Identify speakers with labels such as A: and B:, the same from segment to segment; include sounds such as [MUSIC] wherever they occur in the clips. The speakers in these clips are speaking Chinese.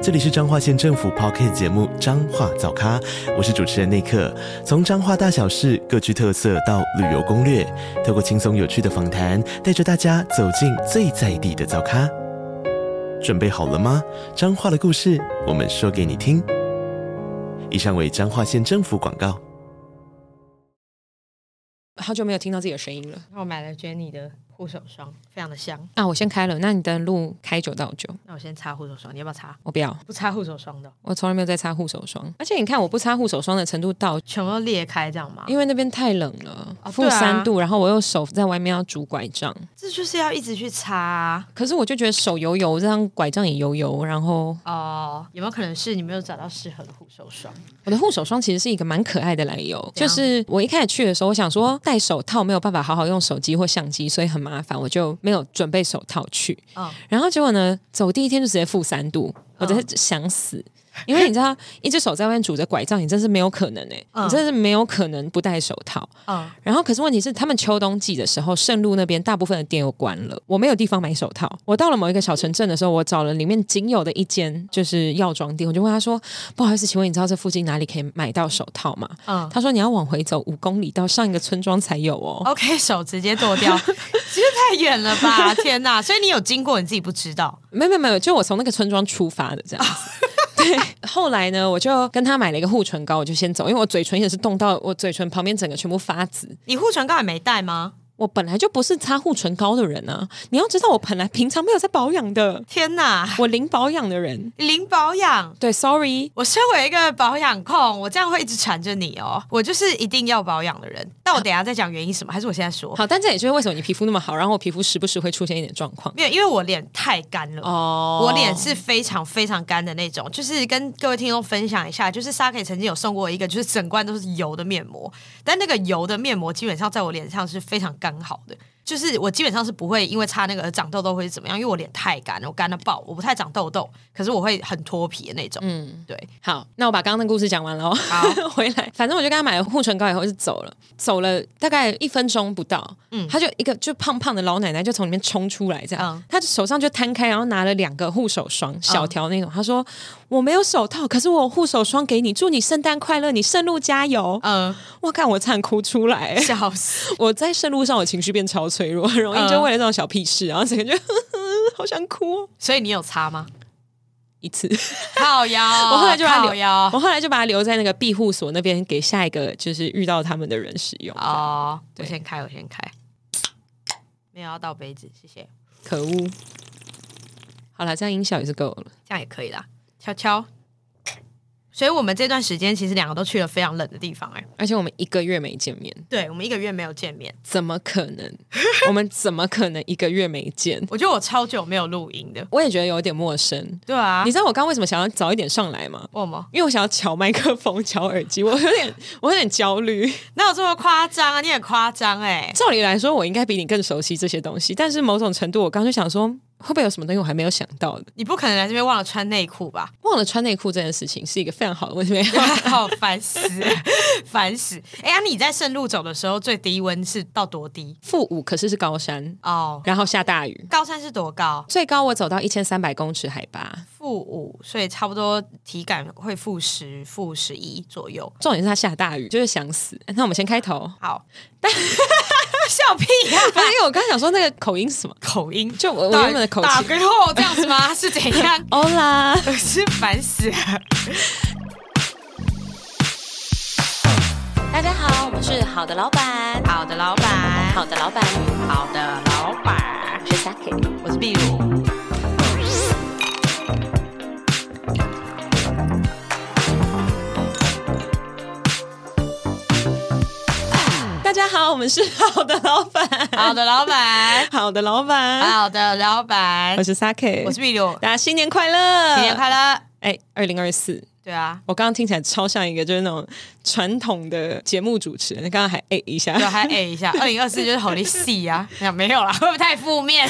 A: 这里是彰化县政府 p o c k t 节目《彰化早咖》，我是主持人内克。从彰化大小事各具特色到旅游攻略，透过轻松有趣的访谈，带着大家走进最在地的早咖。准备好了吗？彰化的故事，我们说给你听。以上为彰化县政府广告。
B: 好久没有听到自己的声音了。
C: 那我买了 Jenny 的护手霜，非常的香。
B: 啊，我先开了，那你的路开九到九，
C: 那我先擦护手霜，你要不要擦？
B: 我不要，
C: 不擦护手霜的，
B: 我从来没有在擦护手霜。而且你看，我不擦护手霜的程度到，
C: 全部都裂开这样吗？因
B: 因
C: 为
B: 为那边太冷了，
C: 啊
B: 负
C: 对啊
B: 三度，然后我又手在外面要拄拐杖，
C: 这就是要一直去擦啊
B: 可是我就觉得手油油，这样拐杖也油油。然后
C: 哦、有没有可能是你没有找到适合的护手霜？
B: 我的护手霜其实是一个蛮可爱的来由，就
C: 怎样
B: 是我一开始去的时候，我想说戴手套没有办法好好用手机或相机，所以很麻烦，我就没有准备手套去。
C: 嗯
B: 然后结果呢，走第一天就直接负三度，我真是想死。因为你知道，一只手在外面拄着拐杖，你真是没有可能哎、
C: 嗯
B: 你真是没有可能不戴手套。
C: 嗯，
B: 然后，可是问题是，他们秋冬季的时候，圣路那边大部分的店又关了，我没有地方买手套。我到了某一个小城镇的时候，我找了里面仅有的一间就是药妆店，我就问他说：“不好意思，请问你知道这附近哪里可以买到手套吗？”
C: 嗯
B: 他说：“你要往回走五公里到上一个村庄才有哦。
C: OK，手直接剁 [LAUGHS] 掉，其实太远了吧？天哪！所以你有经过，你自己不知道。
B: 没有没有没有，就我从那个村庄出发的这样子。 [LAUGHS] 对，后来呢，我就跟他买了一个护唇膏，我就先走，因为我嘴唇也是冻到我嘴唇旁边整个全部发紫。
C: 你护唇膏也没带吗？
B: 我本来就不是擦护唇膏的人啊，你要知道，我本来平常没有在保养的， [LAUGHS]
C: 天哪，
B: 我零保养的人。
C: 零保养。
B: 对，sorry，
C: 我身为一个保养控，我这样会一直缠着你哦。我就是一定要保养的人。但我等一下再讲原因是什么，还是我现在说？
B: 好，但这也就是为什么你皮肤那么好，然后我皮肤时不时会出现一点状况。
C: 没有，因为我脸太干了。
B: 哦
C: 我脸是非常非常干的那种，就是跟各位听众分享一下，就是 Saki 曾经有送过我一个，就是整罐都是油的面膜，但那个油的面膜基本上在我脸上是非常刚好的，就是我基本上是不会因为擦那个而长痘痘或是怎么样，因为我脸太干了，我干到爆，我不太长痘痘，可是我会很脱皮的那种。嗯，对，
B: 好，那我把刚刚的故事讲完了。
C: 好
B: [LAUGHS] 回来，反正我就跟他买了护唇膏以后就走了，走了大概一分钟不到，嗯，他就一个就胖胖的老奶奶就从里面冲出来，这样，
C: 嗯
B: 她就手上就摊开，然后拿了两个护手霜，小条那种。她说：“我没有手套，可是我有护手霜给你，祝你圣诞快乐，你圣路加油。
C: [LAUGHS] 嗯、
B: 我看我差点哭出来，
C: 笑死，
B: 我在圣路上我情绪变超脆弱，很容易就
C: 嗯
B: 为了这种小屁事，然后整个就 [LAUGHS] 好想哭、哦、
C: 所以你有擦吗？
B: 一次。
C: [LAUGHS] 靠腰，啊
B: 我后来就把它
C: 哦靠
B: 留，
C: 腰
B: 我后来就把它留在那个庇护所那边，给下一个就是遇到他们的人使用。
C: 哦，我
B: 对
C: 先开，我先开，没有要倒杯子，谢谢。
B: 可恶！好了，这样音效也是够了。
C: 这样也可以啦，悄悄。所以我们这段时间其实两个都去了非常冷的地方、哎，
B: 而且我们一个月没见面，
C: 对我们一个月没有见面，
B: 怎么可
C: [LAUGHS]
B: 能？我们怎么可能一个月没见？
C: 我觉得我超久没有录音的，
B: 我也觉得有点陌生。
C: 对啊
B: 你，知道我刚刚为什么想要早一点上来吗？
C: 我吗？
B: 因为我想要瞧麦克风、瞧耳机，我有点， [LAUGHS] 我有点焦虑。
C: 哪有这么夸张啊？你很夸张哎，
B: 照理来说，我应该比你更熟悉这些东西，但是某种程度，我刚刚就想说，会不会有什么东西我还没有想到的？
C: 你不可能来这边忘了穿内裤吧？ [LAUGHS]
B: 忘了穿内裤这件事情是一个非常好的问题。没有
C: 好烦死， [LAUGHS] 烦死！哎、呀、你在圣路走的时候最低温是到多低？
B: [LAUGHS] 负五可是是高山，
C: 哦，
B: 然后下大雨，
C: 高山是多高？
B: 最高我走到一千三百公尺海拔。
C: 负五，所以差不多体感会负十、负十一左右。
B: 重点是它下大雨，就是想死。那我们先开 [LAUGHS] 头，
C: 好， [LAUGHS] 笑屁呀、
B: 不是因为我刚想说那个口音是什么？
C: 口音，
B: 就我我原本的口
C: 打
B: 气。
C: 给我这样
B: [LAUGHS]
C: 子吗？是怎样？ [LAUGHS]
B: 欧啦，
C: 是烦死了！
B: 大家好，我们是好的老板，
C: 好的，老板，
B: 的老板，
C: 好的，老板，
B: 是 Saki。
C: 我是壁炉。
B: 大家好，我们是好的老板，
C: 好的，老板，
B: [LAUGHS] 好的老板，
C: 好的，老板
B: 呃我，是 Saki，
C: 我是壁炉，
B: 大家新年快乐，
C: 新年快乐！
B: 哎，二零二四，
C: 对啊，
B: 我刚刚听起来超像一个就是那种传统的节目主持人，刚刚还 A 一下，
C: 对，还 A
B: [LAUGHS]
C: 一下，二零二四就是好利戏啊，那没有啦，会不会太负面？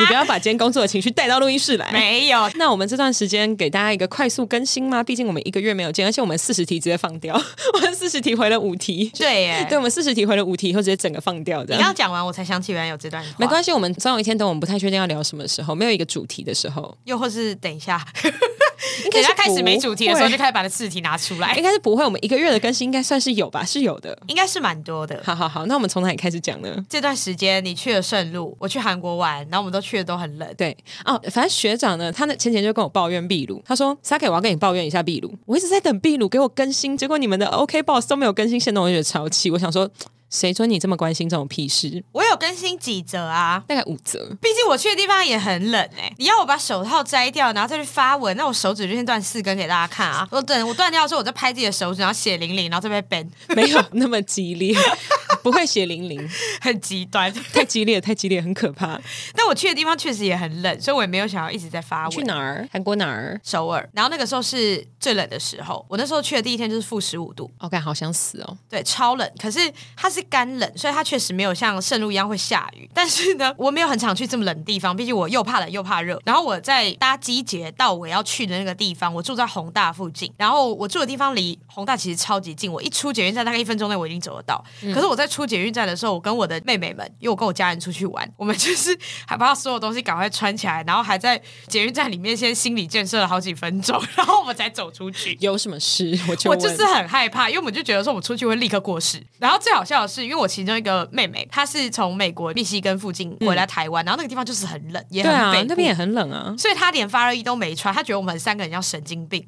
B: 你不要把今天工作的情绪带到录音室来。
C: [LAUGHS] 没有，
B: [LAUGHS] 那我们这段时间给大家一个快速更新吗？毕竟我们一个月没有见，而且我们四十题直接放掉， [LAUGHS] 我们四十题回了五题，
C: 对耶
B: [LAUGHS] 对，我们四十题回了五题以后直接整个放掉这
C: 你刚
B: 样。
C: 刚讲完，我才想起原来有这段话。
B: 没关系，我们总有一天等我们不太确定要聊什么的时候，没有一个主题的时候，
C: 又或是等一下，
B: 该
C: 等
B: 是
C: 一下开始没
B: 不
C: 主题的时候，
B: 会
C: 就开始把那试题拿出来
B: 哎应，该是不会。我们一个月的更新应该算是有吧，是有的。
C: 应该是蛮多的。
B: 好好好，那我们从哪里开始讲呢？
C: 这段时间你去了圣路，我去韩国玩，然后我们都去的都很冷。
B: 对哦，反正学长呢，他那前前就跟我抱怨秘鲁，他说 Saki，我要跟你抱怨一下秘鲁，我一直在等秘鲁给我更新，结果你们的 OK Boss 都没有更新，现在我就觉得超气，我想说。谁准你这么关心这种屁事？
C: 我有更新几折啊，
B: 大概五折，
C: 毕竟我去的地方也很冷哎、你要我把手套摘掉，然后再去发文，那我手指就先断四根给大家看啊。我等我断掉的时候，我再拍自己的手指，然后血淋淋，然后再被 [LAUGHS] ban，
B: 没有那么激 [LAUGHS] 烈，不会血淋淋，
C: 很极端。 [LAUGHS]
B: 太激烈，太激烈，很可怕。
C: 但我去的地方确实也很冷，所以我也没有想要一直在发文。
B: 去哪儿？韩国哪儿
C: 首尔，然后那个时候是最冷的时候。我那时候去的第一天就是负十五度，
B: ？OK，好想死哦！
C: 对，超冷。可是它是干冷，所以它确实没有像圣路一样会下雨。但是呢， [LAUGHS] 我没有很常去这么冷的地方，毕竟我又怕冷又怕热。然后我在搭机捷到我要去的那个地方，我住在宏大附近，然后我住的地方离宏大其实超级近，我一出捷运站大概一分钟内我已经走得到。可是我在出捷运站的时候，我跟我的妹妹们，因为我跟我家人出去玩，我们就是还把所有东西赶快穿起来，然后还在捷运站里面先心理建设了好几分钟， [LAUGHS] 然后我们才走出去。
B: 有什么 [LAUGHS] 事我就
C: 我
B: 问
C: 就是很害怕，因为我们就觉得说我们出去会立刻过世。然后最好笑的是，因为我其中一个妹妹，她是从美国密西根附近回来台湾，然后那个地方就是很冷，也
B: 嗯对
C: 很
B: 啊
C: 北部，
B: 那边也很冷啊。
C: 所以她连发热衣都没穿，她觉得我们三个人像神
B: [LAUGHS]
C: 经病，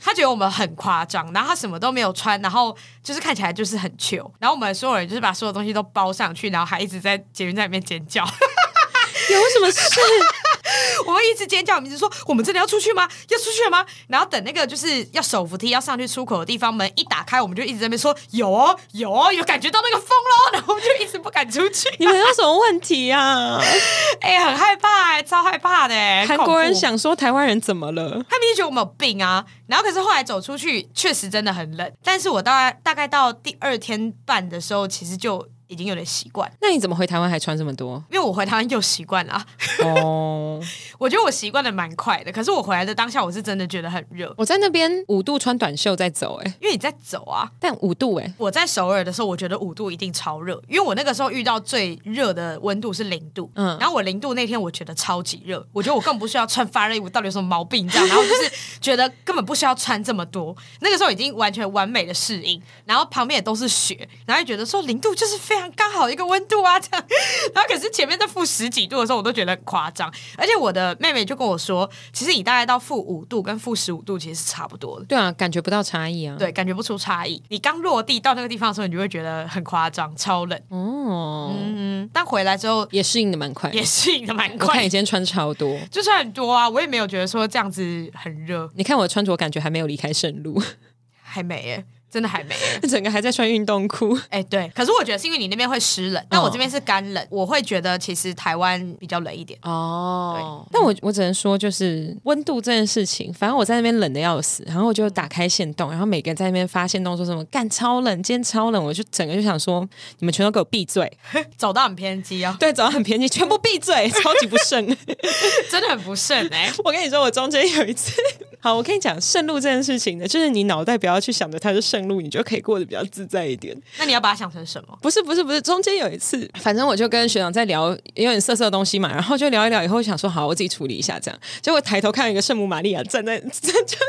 C: 她觉得我们很夸张，然后她什么都没有穿，然后就是看起来就是很 chill，然后我们所有人就是把所有东西都包上去，然后还一直在捷运站里面尖叫，
B: 有什么 [LAUGHS] 事？
C: [LAUGHS] 我们一直尖叫，我们一直说我们真的要出去吗？要出去了吗？然后等那个就是要手扶梯要上去出口的地方门一打开，我们就一直在那边说有哦有哦，有感觉到那个风咯， [LAUGHS] 然后我们就一直不敢出去，
B: 你们有什么问题啊？
C: 哎、很害怕、哎，超害怕的、
B: [LAUGHS]
C: 哎
B: 韩国人。
C: 很恐怖
B: 想说台湾人怎么了？
C: 他们就觉得我们有病啊，然后可是后来走出去，确实真的很冷。但是我大概大概到第二天半的时候，其实就已经有点习惯，
B: 那你怎么回台湾还穿这么 [LAUGHS] 多？
C: 因为我回台湾又习惯了啊。
B: 哦，
C: [LAUGHS] 我觉得我习惯的蛮快的，可是我回来的当下，我是真的觉得很热，
B: 我在那边五度穿短袖在走、欸，哎，
C: 因为你在走啊，
B: 但五度哎、
C: 我在首尔的时候，我觉得五度一定超热，因为我那个时候遇到最热的温度是零度，
B: 嗯
C: 嗯，然后我零度那天我觉得超级热，我觉得我根本不需要穿发热衣，我到底有什么毛病这样，然后就是觉得根本不需要穿这么多，那个时候已经完全完美的适应，然后旁边也都是雪，然后就觉得说零度就是非常刚好一个温度啊这样，然后可是前面在负十几度的时候，我都觉得很夸张，而且我的妹妹就跟我说，其实你大概到负五度跟负十五度其实是差不多的。
B: 对啊，感觉不到差异啊。，
C: 对，感觉不出差异。你刚落地到那个地方的时候，你就会觉得很夸张、超冷。
B: 哦，
C: 嗯，但回来之后
B: 也适应的蛮快。
C: 也适应的蛮
B: 嗯我看
C: 快
B: 你，今天穿超多，
C: 就是很多啊。我也没有觉得说这样子很热，
B: 你看我的穿着感觉还没有离开圣路， [LAUGHS]
C: 还没耶、真的还没耶、
B: 整个还在穿运动裤。
C: 哎、对，可是我觉得是因为你那边会湿冷，
B: 嗯
C: 但我这边是干冷，我会觉得其实台湾比较冷一点。
B: 哦，但我我只能说，就是温度这件事情，反正我在那边冷的要死，然后我就打开线洞，然后每个人在那边发现洞说什么干超冷，今天超冷，我就整个就想说，你们全都给我闭嘴，
C: 走到很偏激哦，
B: 对，早上很便宜，全部闭嘴， [LAUGHS] 超级不胜。
C: 真的很不慎哎、
B: 我跟你说，我中间有一次，好，我跟你讲圣路这件事情呢，就是你脑袋不要去想着它是圣路，你就可以过得比较自在一点。
C: 那你要把它想成什么？
B: 不是不是不是，中间有一次，反正我就跟学长在聊有点色色的东西嘛，然后就聊一聊，以后想说好，我自己处理一下这样。结果抬头看到一个圣母玛利亚站在， [LAUGHS] 就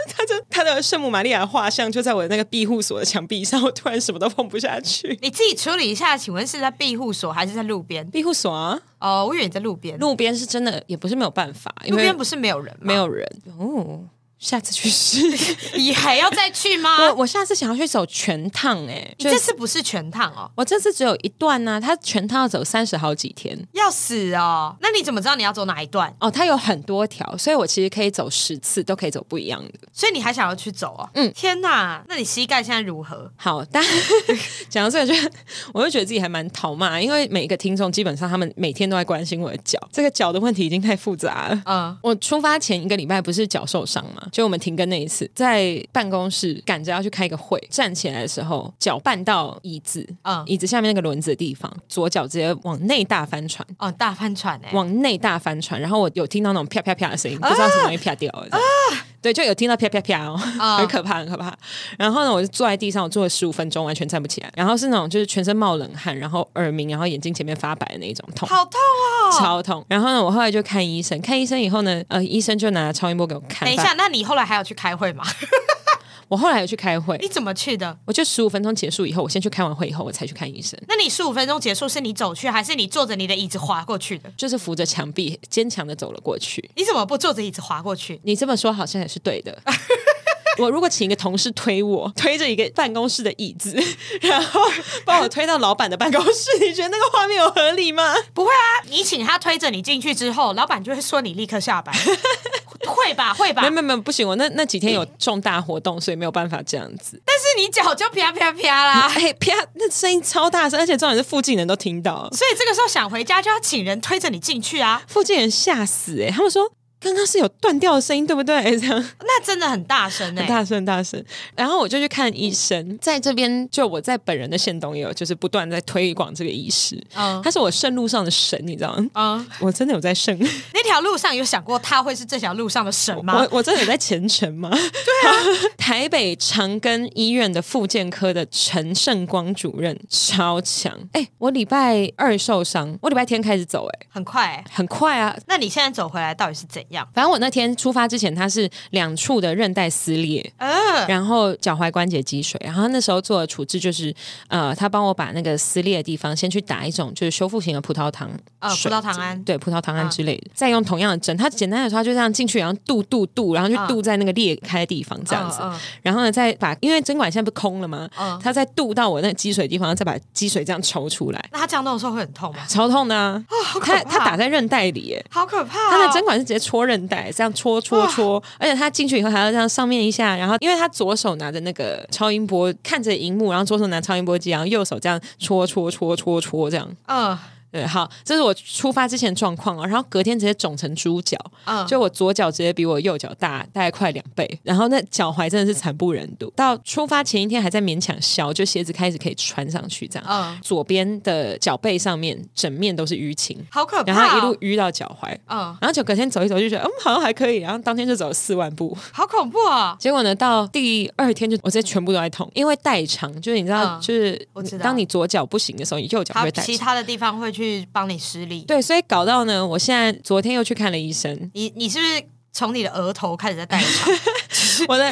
B: 他就他的圣母玛利亚画像就在我的那个庇护所的墙壁上，我突然什么都碰不下去。
C: 你自己处理一下，请问是在庇护所还是在路边？
B: 庇护所啊，
C: 哦，我以为你在路边，路
B: 路边是真的也不是没有办法，因为
C: 边不是没有人吗？
B: 没，有人哦。下次去
C: [LAUGHS]
B: 试。啊
C: 你还要再去吗？
B: 我我下次想要去走全趟哎、欸，
C: 你
B: 就
C: 这次不是全趟哦，
B: 我这次只有一段呢、它全趟要走三十好几天
C: 要死哦！那你怎么知道你要走哪一段？
B: 哦，它有很多条，所以我其实可以走十次，都可以走不一样的。
C: 所以你还想要去走哦？
B: 嗯
C: 嗯，天哪！那你膝盖现在如何？
B: 好，但 [LAUGHS] 讲到这个就，我就觉得自己还蛮讨骂，因为每一个听众基本上他们每天都在关心我的脚，这个脚的问题已经太复杂了。
C: 嗯，
B: 我出发前一个礼拜不是脚受伤嘛，嘛，就我们停更那一次，在办公室赶着要去开一个会，站起来的时候脚绊到椅子，
C: 嗯
B: 椅子下面那个轮子的地方，左脚直接往内大翻船。
C: 哦，大帆船哎、
B: 往内大翻船，然后我有听到那种啪啪啪的声音，不知道什么东西啪掉了。这样对，就有听到啪啪啪哦，[LAUGHS]
C: 啊
B: 很可怕，很可怕。然后呢，我就坐在地上，我坐了十五分钟，完全站不起来。然后是那种就是全身冒冷汗，然后耳鸣，然后眼睛前面发白的那一种痛。
C: 好痛哦！
B: 超痛，然后呢，我后来就看医生，看医生以后呢，呃，医生就拿超音波给我看。
C: 等一
B: 发
C: 下，，那你后来还有去开会吗？ [LAUGHS]
B: 我后来有去开会
C: 你，怎么去的？
B: 我就十五分钟结束以后，我先去开完会以后，我才去看医生，
C: 那你十五分钟结束是你走去，还是你坐着你的椅子滑过去的？
B: 就是扶着墙壁坚强的走了过去。
C: 你怎么不坐着椅子滑过去？
B: 你这么说好像也是对的。 [LAUGHS] 我如果请一个同事推我，推着一个办公室的椅子， [LAUGHS] 然后把我推到老板的办公室，你觉得那个画面有合理吗？
C: 不会啊，你请他推着你进去之后，老板就会说你立刻下班， [LAUGHS] 会吧？会吧
B: [LAUGHS] 没？没没，不行，我那那几天有重大活动，所以没有办法这样子。
C: 但是你脚就啪啪啪
B: [LAUGHS]
C: 啦。[LAUGHS]
B: 哎，啪，那声音超大声，而且重点是附近人都听到，
C: 所以这个时候想回家就要请人推着你进去啊，
B: 附近人吓死哎、他们说。刚刚是有断掉的声音，对不对？ [LAUGHS] 这样
C: 那真的很大声哎、
B: 很大声，很大声。然后我就去看医生，在这边就我在本人的线东也有，就是不断地在推广这个医师。
C: 嗯
B: 他是我圣路上的神，你知道吗？
C: 嗯，
B: 我真的有在圣，
C: 那条路上有想过他会是这条路上的神吗
B: 我？我真的有在虔诚吗？对啊， [LAUGHS] 台北长庚医院的复健科的陈胜光主任超强。哎、我礼拜二受伤，我礼拜天开始走、哎，
C: 很快、欸，
B: 很快啊。
C: 那你现在走回来到底是怎样？
B: 反正我那天出发之前，他是两处的韧带撕裂，
C: 嗯、
B: 然后脚踝关节积水，然后那时候做的处置就是，呃，他帮我把那个撕裂的地方先去打一种就是修复型的葡萄糖
C: 呃，葡
B: 水
C: 萄糖啊胺，
B: 对葡萄糖啊胺之类的，再用同样的针，它简单的说，它就这样进去，然后度度度，然后
C: 啊
B: 就度在那个裂开的地方这样子，
C: 嗯嗯
B: 然后呢再把，因为针管现在不是空了吗？
C: 嗯
B: 它再度到我那个积水的地方，再把积水这样抽出来，
C: 那他这样弄的时候会很
B: [LAUGHS]
C: 痛吗？
B: 超痛的啊！
C: 哦好可
B: 它
C: 怕！
B: 它打在韧带里耶。
C: 好可怕、哦
B: 它的针管是直接戳韧带，这样戳戳戳，而且它进去以后还要这样上面一下，然后因为他左手拿着那个超音波，看着荧幕，然后左手拿超音波机，然后右手这样戳戳戳戳戳这样。
C: 嗯
B: 对，好，这是我出发之前的状况哦，然后隔天直接肿成猪脚，
C: 嗯，
B: 就我左脚直接比我右脚大大概快两倍，然后那脚踝真的是惨不忍睹。到出发前一天还在勉强消，就鞋子开始可以穿上去这样，
C: 嗯
B: 左边的脚背上面整面都是淤青，
C: 好可怕、
B: 然后一路淤到脚踝。
C: 嗯，
B: 然后就隔天走一走就觉得，嗯，好像还可以。然后当天就走了四万步，
C: 好恐怖啊！
B: 结果呢，到第二天就我这全部都在痛，因为代偿，就是你知道，
C: 嗯
B: 就是
C: 我知道
B: 当你左脚不行的时候，你右脚
C: 他
B: 会代
C: 其
B: 偿。
C: 他的地方会去帮你施力。。
B: 对，所以搞到呢，我现在昨天又去看了医生
C: 你你是不是从你的额头开始在
B: [LAUGHS]
C: 代偿？
B: 我的，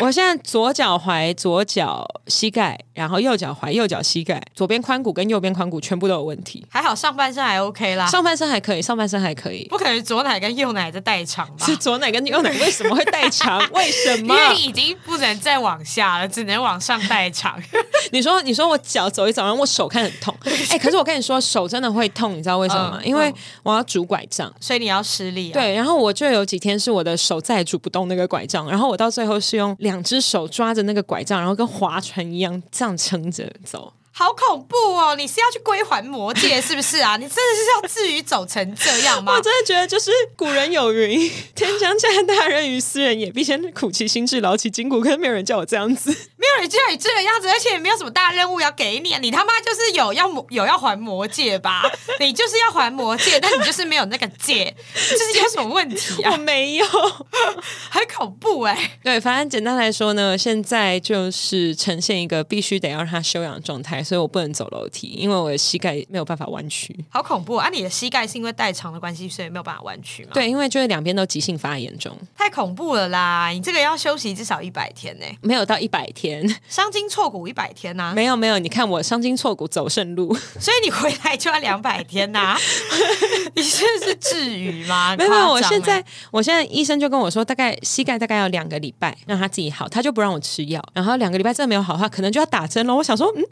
B: 我我现在左脚踝、左脚膝盖，然后右脚踝、右脚膝盖，左边髋骨跟右边髋骨全部都有问题。
C: 还好上半身还 OK 啦，
B: 上半身还可以，上半身还可以，
C: 不可能左奶跟右奶在代偿吧？
B: 是左奶跟右奶为什么会代
C: [LAUGHS]
B: 偿？为什
C: 因
B: 么？
C: 为你已经不能再往下了，只能往上代
B: [LAUGHS]
C: 偿。
B: 你说，你说我脚走一走，然后我手看很痛。哎、可是我跟你说，手真的会痛，你知道为什么吗？
C: 嗯
B: 因为
C: 嗯
B: 我要拄拐杖。
C: 所以你要施力、啊。，
B: 对，然后我就有几天是我的手再也拄不动那个拐杖，然后我到最后是用两只手抓着那个拐杖，然后跟划船一样这样撑着走。
C: 好恐怖哦！你是要去归还魔界是不是啊？你真的是要至于走成这样吗
B: 我？真的觉得就是古人有云：“ [LAUGHS] 天将降大任于斯人也，必先苦其心志，劳其筋骨。”可是没有人叫我这样子。
C: 没有人叫你这个样子，而且也没有什么大任务要给你，你他妈就是有要魔有要还魔界
B: [LAUGHS]
C: 吧？你就是要还魔界，但你就是没有那个界，就是有什么问题
B: [LAUGHS] 我
C: 啊？
B: 没有，
C: 很恐怖哎、
B: 对，反正简单来说呢，现在就是呈现一个必须得要让它休养的状态，所以我不能走楼梯，因为我的膝盖没有办法弯曲。
C: 好恐怖啊！你的膝盖是因为代偿的关系，所以没有办法弯曲吗？，
B: 对，因为就是两边都急性发炎中，
C: 太恐怖了啦！你这个要休息至少一百天呢、欸
B: 没有到一百天，
C: 伤筋错骨一百天啊呐、
B: 没有没有，你看我伤筋错骨走肾路，
C: 所以你回来就要两百天呐、
B: [LAUGHS]
C: 你这是至于吗？
B: 没有没有，我
C: 夸张
B: 现
C: 欸
B: 在我现在医生就跟我说，大概膝盖大概要两个礼拜让他自己好，他就不让我吃药，然后两个礼拜真的没有好的话，可能就要打针了。我想说，嗯，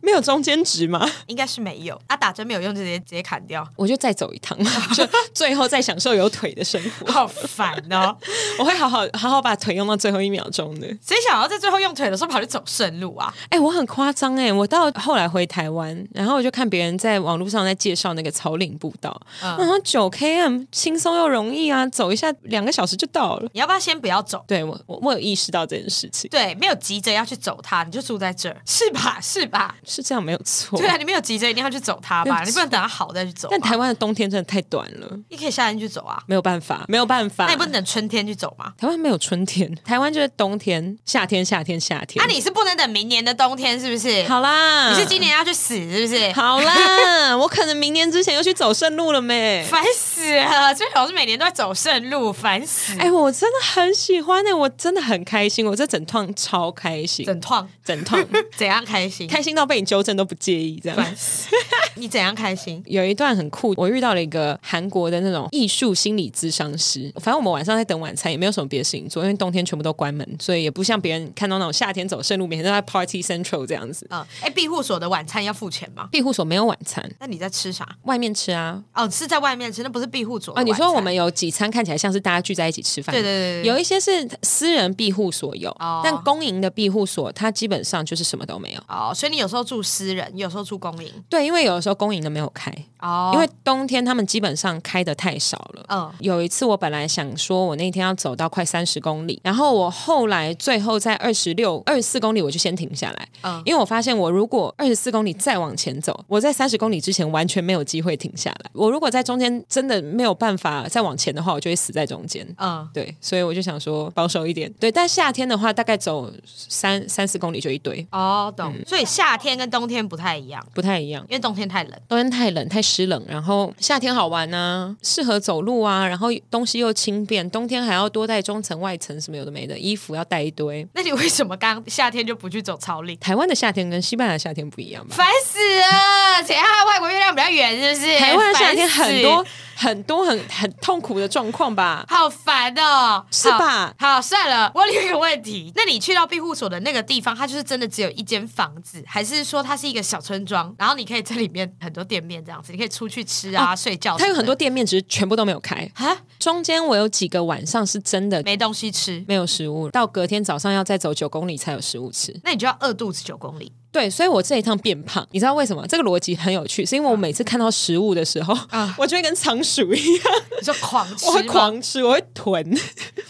B: 没有中间值吗？
C: 应该是没有啊，打针没有用，就直接直接砍掉，
B: 我就再走一趟，就最后再享受有腿的生活。
C: 好烦哦！
B: 我会好好好好把腿用到最后一秒钟的。
C: 谁想要在最后用腿的时候跑去走顺路啊？
B: 哎、我很夸张哎，我到后来回台湾，然后我就看别人在网络上在介绍那个草岭步道，
C: 嗯
B: 然后九 km 轻松又容易啊，走一下两个小时就到了。
C: 你要不要先不要走？
B: 对我，我我有意识到这件事情，
C: 对，没有急着要去走它，你就住在这儿，是吧？是吧？
B: 是这样没有错。
C: 对啊，你没有急着一定要去走它
B: 没
C: 吧？
B: 有
C: 你不能等它好再去走吧。
B: 但台湾的冬天真的太短了，
C: 你可以夏天去走啊，
B: 没有办法，没有办法。
C: 那你不能等春天去走吗？
B: 台湾没有春天，台湾就是冬天、夏天、夏天、夏天。
C: 啊，你是不能等明年的冬天是不是？
B: 好啦，
C: 你是今年要去死是不是？
B: 好啦， [LAUGHS] 我可能明年之前又去走圣路了没？
C: 烦死了！最好是每年都在走圣路，烦死！
B: 哎、我真的很喜欢哎、我真的很开心，我这整趟超开心，
C: 整趟
B: 整
C: [LAUGHS]
B: 趟
C: 怎样开心？
B: 开心到被你纠正都不介意这样
C: 烦。死！你怎样开心？
B: 有一段很酷，我遇到了一个韩国的那种艺术心理咨商师。反正我们晚上在等晚餐，也没有什么别的事情做，因为冬天全部都关门，所以也不像别人看到那种夏天走圣路，每天都在 Party Central 这样子。
C: 嗯，哎，庇护所的晚餐要付钱吗？
B: 庇护所没有晚餐，
C: 那你在吃啥？
B: 外面吃啊，
C: 哦，是在外面吃，那不是庇护所的
B: 啊，你
C: 哦晚
B: 说
C: 餐
B: 我们有几餐看起来像是大家聚在一起吃饭，
C: 对对对对
B: 有一些是私人庇护所有，
C: 哦
B: 但公营的庇护所它基本上就是什么都没有。
C: 哦，所以你有时候住私人，有时候住公营
B: 对，因为有的时候公营的没有开，
C: 哦，
B: 因为冬天他们基本上开的太少了。
C: 嗯
B: 有一次，我本来想说，我那天要走到快三十公里，然后我后来最后在二十六、二十四公里，我就先停下来，
C: 嗯
B: 因为我发现我如果二十四公里再往前走，我在三十公里之前完全没有机会停下来。我如果在中间真的没有办法再往前的话，我就会死在中间。
C: 嗯，
B: 对，所以我就想说保守一点。对，但夏天的话，大概走三三四公里就一堆，
C: 哦，懂。所以夏天跟冬天不太一样，
B: 不太一样。
C: 因为冬天太冷。
B: 冬天太冷，太湿冷，然后夏天好玩啊，适合走路啊，然后东西又轻便，冬天还要多带中层、外层什么有的没的，衣服要带一堆。
C: 那你为什么刚夏天就不去走草岭？
B: 台湾的夏天跟西班牙的夏天不一样吧？
C: 烦死了！ [LAUGHS] 怎样？外国月亮比较圆，是不
B: [LAUGHS]
C: 是？
B: 台湾的夏天
C: 烦死
B: 很多很多很 [LAUGHS] 很痛苦的状况吧？
C: 好烦哦，
B: 是吧
C: 好？好，算了，我有一个问题，那你去到庇护所的那个地方，它就是真的只有一间房子，还是说它是一个小村庄？然后你可以在里面很多店面这样子，你可以出去吃
B: [LAUGHS]
C: 啊、
B: 哦
C: 睡觉什么的。
B: 它有很多店面，只是全部都没有开。
C: 啊，
B: 中间我有几个晚上是真的
C: 没东西吃，
B: 没有食物，到隔天早上要再走九公里才有食物吃。
C: 那你就要饿肚子九公里。
B: 对，所以我这一趟变胖，你知道为什么？这个逻辑很有趣，是因为我每次看到食物的时候，
C: 啊
B: [LAUGHS] 我就会跟仓鼠一样，
C: 你说狂吃吗，
B: 我会狂吃，我会
C: [LAUGHS]
B: 囤，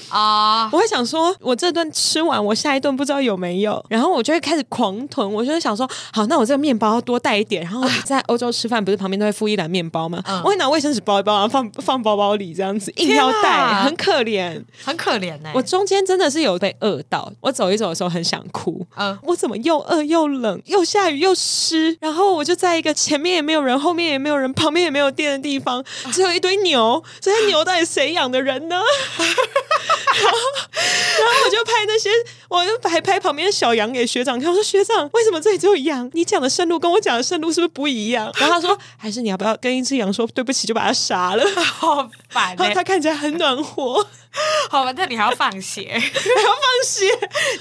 C: 啊！
B: 我会想说，我这顿吃完，我下一顿不知道有没有，然后我就会开始狂囤，我就会想说，好，那我这个面包要多带一点。然后你在欧洲吃饭，不是旁边都会附一篮面包吗？
C: 嗯
B: 我会拿卫生纸包一包，然后放放包包里这样子，硬要
C: 天哎
B: 带，
C: 啊
B: 很可怜。
C: 很可怜呢、
B: 我中间真的是有被饿到，我走一走的时候很想哭。
C: 嗯
B: 我怎么又饿又冷，又下雨又湿，然后我就在一个前面也没有人，后面也没有人，旁边也没有店的地方，只有一堆牛。这些牛到底谁养的人呢？然 [LAUGHS] 后，然后我就拍那些，我就拍拍旁边的小羊给学长看，我说学长，为什么这里只有羊？你讲的圣路跟我讲的圣路是不是不一样？然后他说，还是你要不要跟一只羊说对不起，就把它杀了？
C: 好烦、
B: [LAUGHS] 然后
C: 欸，
B: 它看起来很暖和， [LAUGHS]
C: 好吧，那你还要放血，
B: 还要放血。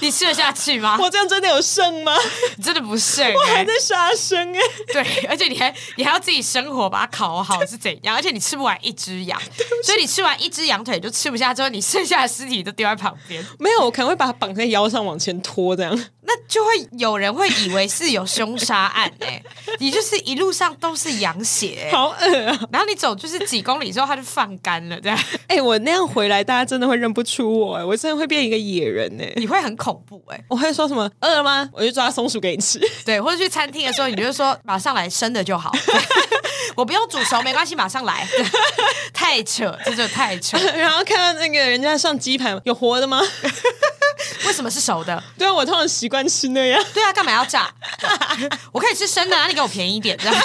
C: 你吃得下去吗？
B: 我这样真的有剩吗？
C: 你真的不剩、欸，
B: 我还在杀生哎、
C: [LAUGHS] 对，而且你还你还要自己生火把它烤好是怎样？而且你吃不完一只羊，所以你吃完一只羊腿就吃不下，之后你剩下的尸体都丢在旁边，
B: 没有，我可能会把它绑在腰上往前拖，这样 [LAUGHS]
C: 那就会有人会以为是有凶杀案哎、你就是一路上都是羊血、欸
B: 好恶啊！
C: 然后你走就是几公里之后，它就放干了，这样
B: 哎、我那样回来，大家真的会认不出我、哎，我真的会变一个野人哎、
C: 你会很恐怖哎、
B: 我会说什么饿了吗？我就抓松鼠给你吃。 [LAUGHS]
C: 对，或者去餐厅的时候，你就说马上来生的就好， [LAUGHS] 我不用煮熟没关系，马上来， [LAUGHS] 太扯，这就太扯，
B: 然后看到那个人家上鸡排有活的吗？ [LAUGHS]
C: 为什么是熟的？
B: 对啊，我通常习惯吃那样。
C: 对啊，干嘛要炸？ [LAUGHS] 我可以吃生的 [LAUGHS] 啊，你给我便宜一点，这样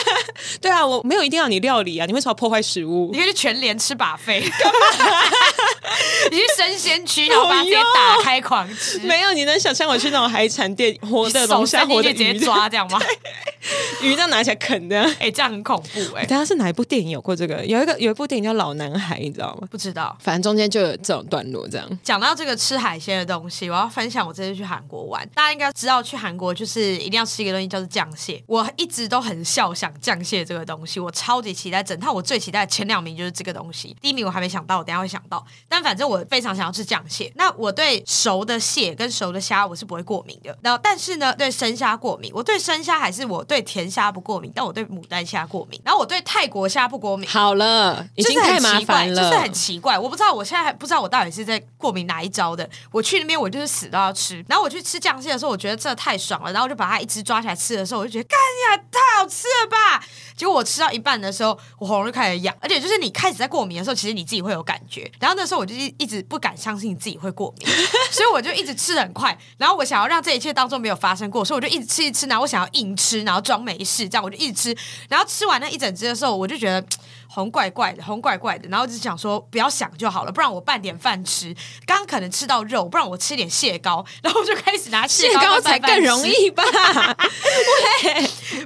B: 对啊，我没有一定要你料理啊，你为什么要破坏食物
C: 你？可以去全联吃把费。你去生鲜区，然后把它直接打开狂吃，
B: [LAUGHS] 没有，你能想象我去那种海产店，活的
C: 手
B: 龙虾、
C: 伸进
B: 活
C: 去
B: 的
C: 直接
B: 鱼，
C: 抓这样吗？
B: [LAUGHS] 鱼这样拿起来啃的。
C: 哎、这样很恐怖哎、
B: 大家是哪一部电影有过这个？有一个有一部电影叫《老男孩》，你知道吗？
C: 不知道。
B: 反正中间就有这种段落，这样
C: 讲到这个吃海鲜的东西，我要分享我这次去韩国玩。大家应该知道，去韩国就是一定要吃一个东西，叫做酱蟹。我一直都很笑想酱蟹这个东西，我超级期待。整趟我最期待的前两名就是这个东西，第一名我还没想到，我等一下会想到。但反正我非常想要吃酱蟹。那我对熟的蟹跟熟的虾我是不会过敏的，然后但是呢，对生虾过敏。我对生虾还是我对甜虾不过敏，但我对牡丹虾过敏，然后我对泰国虾不过敏。
B: 好了，已经太麻烦
C: 就是很奇怪，就是
B: 了
C: 很。奇怪。我不知道，我现在还不知道我到底是在过敏哪一招的。我去那边，我就是死都要吃。然后我去吃酱蟹的时候，我觉得这太爽了，然后我就把它一只抓起来吃的时候，我就觉得干呀，太好吃了吧！结果我吃到一半的时候，我喉咙就开始痒，而且就是你开始在过敏的时候，其实你自己会有感觉。然后那时候我就一一直不敢相信自己会过敏，所以我就一直吃的很快。然后我想要让这一切当中没有发生过，所以我就一直吃一直吃，然后我想要硬吃，然后装没事，这样我就一直吃。然后吃完那一整只的时候，我就觉得。红怪怪的，红怪怪的，然后就想说不要想就好了，不然我拌点饭吃。刚刚可能吃到肉，不然我吃点蟹膏，然后我就开始拿
B: 蟹
C: 膏
B: 膏
C: 跟
B: 才
C: 拌饭
B: 更
C: 吃
B: 容易
C: [LAUGHS]
B: 吧？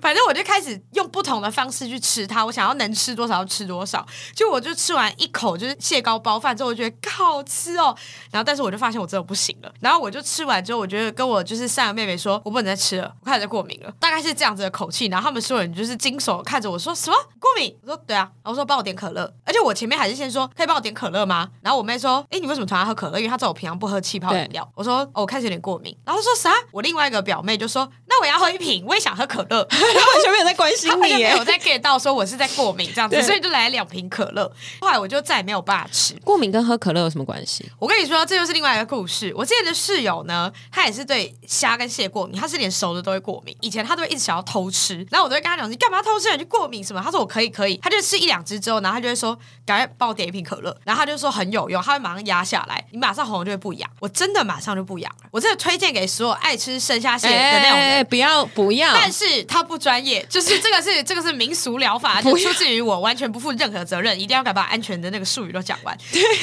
C: 反正我就开始用不同的方式去吃它，我想要能吃多少就吃多少。就我就吃完一口就是蟹膏包饭之后，我觉得好吃哦。然后但是我就发现我真的不行了。然后我就吃完之后，我觉得跟我就是善良妹妹说，我不能再吃了，我开始在过敏了，大概是这样子的口气。然后他们所有人就是惊悚地看着我说什么过敏？我说对啊。然后我说帮我点可乐，而且我前面还是先说可以帮我点可乐吗？然后我妹说，哎，你为什么突然喝可乐？因为她知道我平常不喝气泡饮料。我说哦，我开始有点过敏。然后她说啥？我另外一个表妹就说，那我也要喝一瓶，我也想喝可乐。
B: 他完全没有在关心
C: 他们就
B: 你
C: 没
B: 耶
C: 有。在 get 到说我是在过敏这样子，
B: [LAUGHS] 对
C: 所以就来了两瓶可乐。后来我就再也没有办法吃。
B: 过敏跟喝可乐有什么关系？
C: 我跟你说，这就是另外一个故事。我之前的室友呢，他也是对虾跟蟹过敏，他是连熟的都会过敏。以前他都会一直想要偷吃，然后我都会跟他讲：“你干嘛偷吃？啊你就过敏什么？”他说：“我可以，可以。”他就吃一两只之后，然后他就会说：“赶快帮我点一瓶可乐。”然后他就说很有用，他会马上压下来，你马上喉咙就会不痒。我真的马上就不痒了。我真的推荐给所有爱吃生虾蟹的
B: [LAUGHS]
C: 那种人。
B: 哎，不要不要！
C: 但是他不专业，就是这个是这个是民俗疗法，就出自于我完全不负任何责任，一定要敢把安全的那个术语都讲
B: [LAUGHS]
C: 完。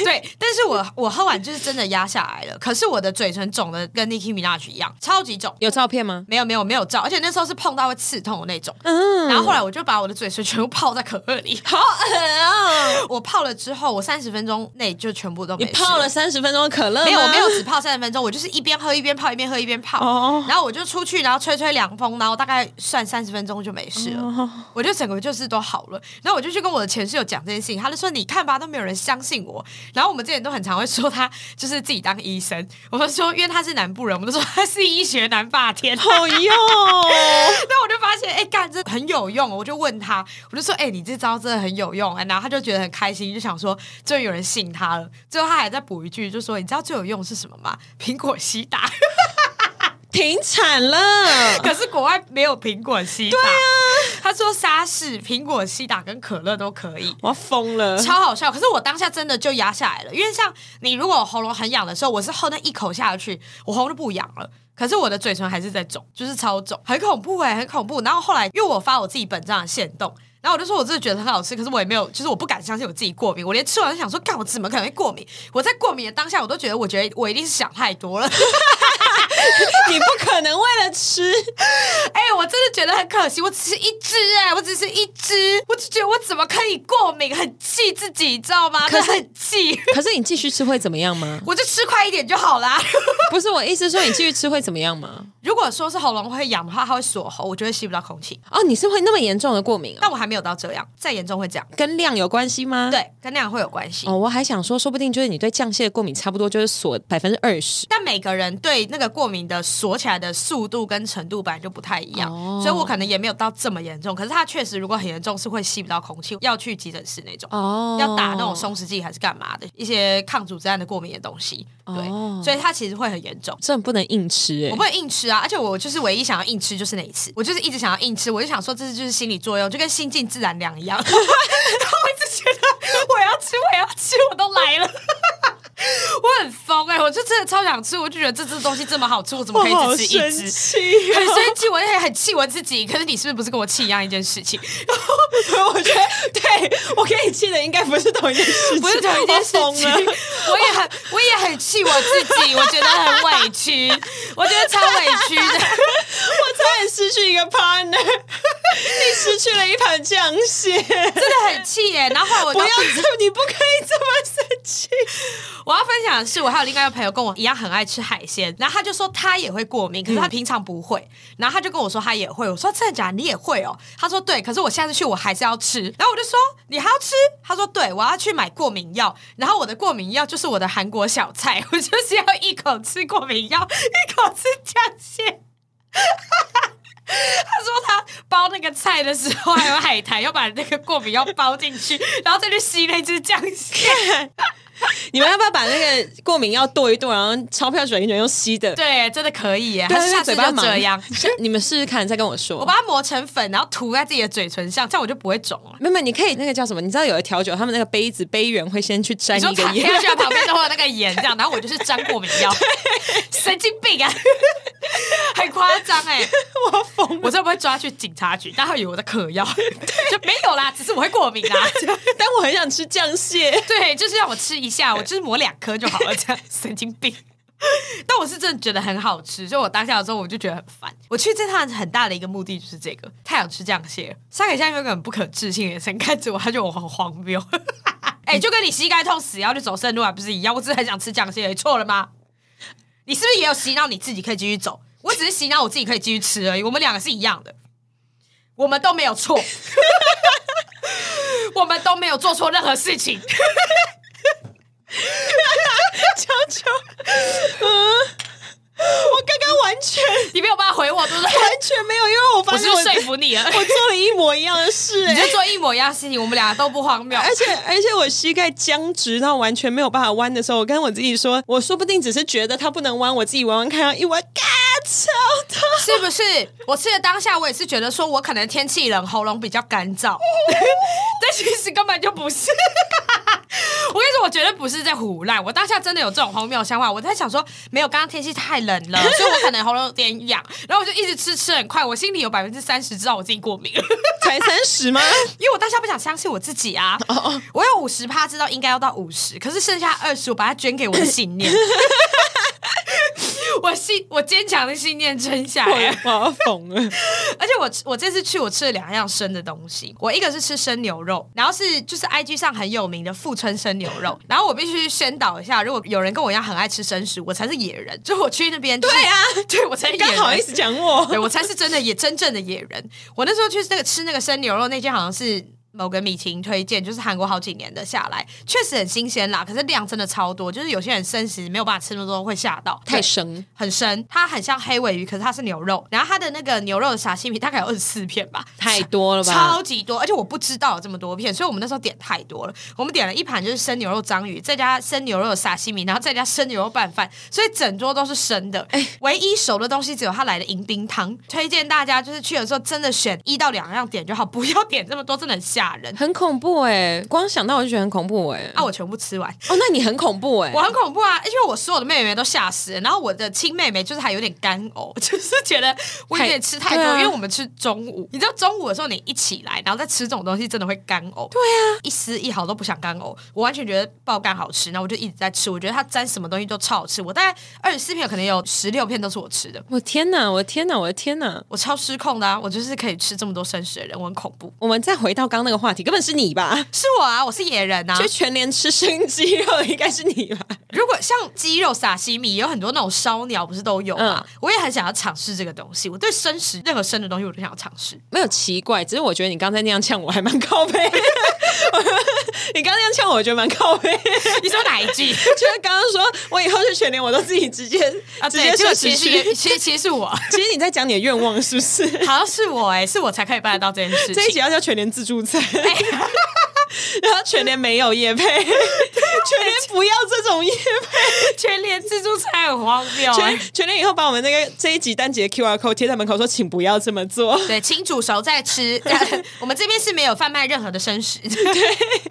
C: 对，但是我我喝完就是真的压下来了，可是我的嘴唇肿的跟 Nicki Minaj 一样，超级肿。
B: 有照片吗？
C: 没有没有没有照，而且那时候是碰到会刺痛的那种。
B: 嗯，
C: 然后后来我就把我的嘴唇全部泡在可乐里，好恶啊！我泡了之后，我三十分钟内就全部都没
B: 哦你
C: 事
B: 泡了三十分钟的可乐吗
C: 没有，我没有只泡三十分钟，我就是一边喝一边泡，一边喝一边泡。
B: 哦
C: 然后我就出去，然后吹吹凉风，然后大概算三十分钟就没事了。
B: 哦
C: 我就整个就是都好了。然后我就去跟我的前室友讲这件事情，他就说：“你看吧，都没有人相信我。”然后我们之前都很常会说他就是自己当医生，我们说因为他是南部人，我们都说他是医学南霸天。
B: 好用。
C: [LAUGHS] 那我就发现，哎、干这很有用。我就问他，我就说，哎、你这招真的很有用。然后他就觉得很开心，就想说，终于有人信他了。最后他还在补一句，就说，你知道最有用的是什么吗？苹果西打。 [LAUGHS]
B: 停产了。
C: 可是国外没有苹果西打。对啊，他说沙士、苹果西打跟可乐都可以。
B: [LAUGHS] 我要疯了！
C: 超好笑，可是我当下真的就压下来了，因为像你如果喉咙很痒的时候，我是喝那一口下去，我喉咙就不痒了，可是我的嘴唇还是在肿，就是超肿，很恐怖哎、很恐怖。然后后来因为我发我自己本账的限动，然后我就说我真的觉得很好吃，可是我也没有，就是我不敢相信我自己过敏，我连吃完就想说，干我怎么可能会过敏？我在过敏的当下，我都觉得我觉得我一定是想太多了。 [LAUGHS]
B: 你不可能为了吃，
C: 哎、我真的觉得很可惜，我只是一只哎、我只是一只，我只觉得我怎么可以过敏，很气自己，你知道吗？
B: 可是
C: 真的很气，
B: [LAUGHS] 可是你继续吃会怎么样吗？
C: 我就吃快一点就好啦。
B: 不是我意思说你继续吃会怎么样吗？
C: 如果说是喉咙会痒的话，它会锁喉，我就会吸不到空气。
B: 哦，你是会那么严重的过敏啊、
C: 但我还没有到这样，再严重会这样，
B: 跟量有关系吗？。
C: 对，跟那样会有关系。
B: 哦，我还想说，说不定就是你对酱蟹的过敏差不多就是锁百分之二十。
C: 但每个人对那个过敏的锁起来的速度跟程度本来就不太一样，
B: 哦
C: 所以我可能也没有到这么严重。可是它确实如果很严重，是会吸不到空气，要去急诊室那种。
B: 哦
C: 要打那种松弛剂还是干嘛的一些抗组织胺的过敏的东西，对，
B: 哦
C: 所以它其实会很严重。
B: 真的不能硬吃哎、
C: 我不会硬吃啊，而且我就是唯一想要硬吃就是那一次，我就是一直想要硬吃，我就想说这是就是心理作用，就跟心静自然凉一样。然 [LAUGHS] 后我一直觉得我要吃，我要吃，我都来了。 [LAUGHS] 我很疯哎、我就真的超想吃，我就觉得这只东西这么好吃，我怎么可以只吃一只？
B: 气啊
C: 很生气，我也很气我自己。可是你是不是不是跟我气一样一件事情？然
B: [LAUGHS]
C: 后
B: 我觉得对我跟你气的应该不是同一件事情，
C: 不是同一件事
B: 我
C: 情，
B: 疯了
C: [LAUGHS] 我也很我也很气我自己，我觉得很委屈，我觉得超委屈的。
B: 我差点失去一个 [LAUGHS] partner，你失去了一盘酱蟹，
C: 真的很气耶、然后后来我
B: 不
C: 就
B: 要这，你不可以这么生气。
C: 我要分享的是，我还有另外一个朋友跟我一样很爱吃海鲜，然后他就说他也会过敏，可是他平常不会。然后他就跟我说他也会，我说真的假的？你也会哦？他说对，可是我下次去我还是要吃。然后我就说你还要吃？他说对，我要去买过敏药。然后我的过敏药就是我的韩国小菜，我就是要一口吃过敏药， [LAUGHS] 一口吃酱蟹。他说他包那个菜的时候还有海苔，要把那个过敏药包进去，然后再去吸那只酱蟹。
B: 你们要不要把那个过敏药剁一剁，然后钞票卷一卷用吸的？
C: 对，真的可以耶！
B: 对
C: 他下次
B: 嘴巴
C: 就
B: 忙
C: 这样，
B: 下 [LAUGHS] 你们试试看，再跟我说。
C: 我把它磨成粉，然后涂在自己的嘴唇上，这样我就不会肿了。
B: 妹妹，你可以那个叫什么？你知道有的调酒，他们那个杯子杯缘会先去沾
C: [LAUGHS] 你说
B: 一个
C: 躺
B: 盐，
C: 下去，旁边都会有那个盐，这样，然后我就是沾过敏药，神经病啊， [LAUGHS] 很夸张哎！
B: 我要疯了。
C: 我这不会抓去警察局，大家会以为我在嗑药， [LAUGHS] 就没有啦，只是我会过敏啊啦。
B: 但我很想吃酱蟹。
C: [LAUGHS] 对，就是让我吃一下，我就是磨两颗就好了，这样神经病。但我是真的觉得很好吃，所以我当下的时候我就觉得很烦。我去这趟很大的一个目的就是这个，太想吃酱蟹了。沙凯现在有一个很不可置信的眼神看着我，他觉得我很荒谬。 [LAUGHS] 哎、就跟你膝盖痛死要去走圣路还不是一样？我只是很想吃酱蟹而已，错了吗？你是不是也有洗脑你自己可以继续走？我只是洗脑我自己可以继续吃而已，我们两个是一样的，我们都没有错， [LAUGHS] 我们都没有做错任何事情。
B: 球球，嗯，我刚刚完全
C: 你没有办法回我，对不对？
B: 完全没有，因为我发
C: 我
B: 现
C: 是
B: 我
C: 不是说服你了，
B: [LAUGHS] 我做了一模一样的事、
C: 你
B: 哎
C: 就做一模一样的事情，我们两个都不荒谬。
B: 而且而且我膝盖僵直到完全没有办法弯的时候，我跟我自己说，我说不定只是觉得它不能弯，我自己弯弯看，然后一弯，嘎，超痛！
C: 是不是？我吃的当下，我也是觉得说，我可能天气冷，喉咙比较干燥，但其实根本就不是。 [LAUGHS] 我跟你说，我绝对不是在胡乱，我当下真的有这种荒谬想法。我在想说，没有，刚刚天气太冷了，所以我可能喉咙有点痒，然后我就一直吃吃很快，我心里有百分之三十知道我自己过敏了。
B: [LAUGHS] 才三十吗？
C: 因为我当下不想相信我自己
B: [LAUGHS]
C: 啊，
B: 哦
C: 我有五十趴知道应该要到五十，可是剩下二十，我把它捐给我的
B: [LAUGHS]
C: 信念，我信我坚强的信念撑下
B: 我
C: 来。
B: 我要疯了！
C: 而且我吃我这次去，我吃了两样生的东西，我一个是吃生牛肉，然后是就是 IG 上很有名的富春生牛
B: [LAUGHS]
C: 肉，然后我必须宣导一下，如果有人跟我一样很爱吃生食，我才是野人，就我去那边、就是，
B: 对啊，
C: 对我才是
B: 你
C: 野
B: 刚
C: 人，
B: 好意思讲我，
C: 对我才是真的野真正的野人。我那时候去那个吃那个生牛肉那间好像是。某个米其林推荐，就是韩国好几年的下来，确实很新鲜啦。可是量真的超多，就是有些人生食没有办法吃那么多，会吓到。对
B: 生。
C: 很深，它很像黑尾鱼，可是它是牛肉。然后它的那个牛肉的沙西米大概有二十四片吧，
B: 太多了吧
C: 超级多，而且我不知道有这么多片，所以我们那时候点太多了。我们点了一盘就是生牛肉章鱼，再加生牛肉的沙西米，然后再加生牛肉拌饭，所以整桌都是生的。唯一熟的东西只有它来的迎宾汤。推荐大家就是去的时候真的选一到两样点就好，不要点这么多，真的很吓人。
B: [LAUGHS] 很恐怖哎、光想到我就觉得很恐怖哎、
C: 啊，我全部吃完。
B: [LAUGHS] 哦，那你很恐怖哎、
C: 我很恐怖啊，因为我所有的妹妹都吓死了，然后我的亲妹妹就是还有点干呕， [LAUGHS] 就是觉得我有点吃太多，
B: 太对啊
C: 因为我们吃中午，你知道中午的时候你一起来，然后再吃这种东西，真的会干呕。对啊，一丝一毫都不想干呕，我完全觉得爆干好吃，然后我就一直在吃，我觉得它沾什么东西都超好吃，我大概二十四片，可能有十六片都是我吃的。
B: 我天哪！我天哪！我的天哪！
C: 我超失控的啊！我就是可以吃这么多生食的人，我很恐怖。
B: 我们再回到刚刚那个话题，根本是你吧？
C: 是我啊，我是野人啊！
B: 就全连吃生鸡肉，应该是你吧？
C: 如果像鸡肉撒西米，有很多那种烧鸟，不是都有吗？我也很想要尝试这个东西。我对生食任何生的东西，我都想要尝试。
B: 没有奇怪，只是我觉得你刚才那样呛我还蛮靠背。 [LAUGHS] 你刚刚那样呛我，我觉得蛮靠背。
C: [LAUGHS] 你说哪一句？
B: 就是刚刚说，我以后去全年我都自己直接、
C: [LAUGHS] 啊，
B: 直接
C: 对，就
B: 设
C: 其
B: 时区。
C: 实 [LAUGHS] 其实其实是我，好
B: [LAUGHS] 其实你在讲你的愿望是不
C: [LAUGHS]
B: 是？
C: 像是我哎、是我才可以办得到这件事
B: 这一集
C: 情。
B: 要叫全年自助餐， [LAUGHS] 然后全年没有夜
C: [LAUGHS]
B: 配，全年不要这种夜
C: 全连自助餐很荒谬、
B: 配，
C: 欸。
B: 全全年以后把我们那个这一集单节 QR code 贴在门口说，请不要这么做。
C: [LAUGHS]
B: [LAUGHS]
C: 对，请煮熟再 [LAUGHS] 吃。 [LAUGHS] 我们这边是没有贩卖任何的生食。对，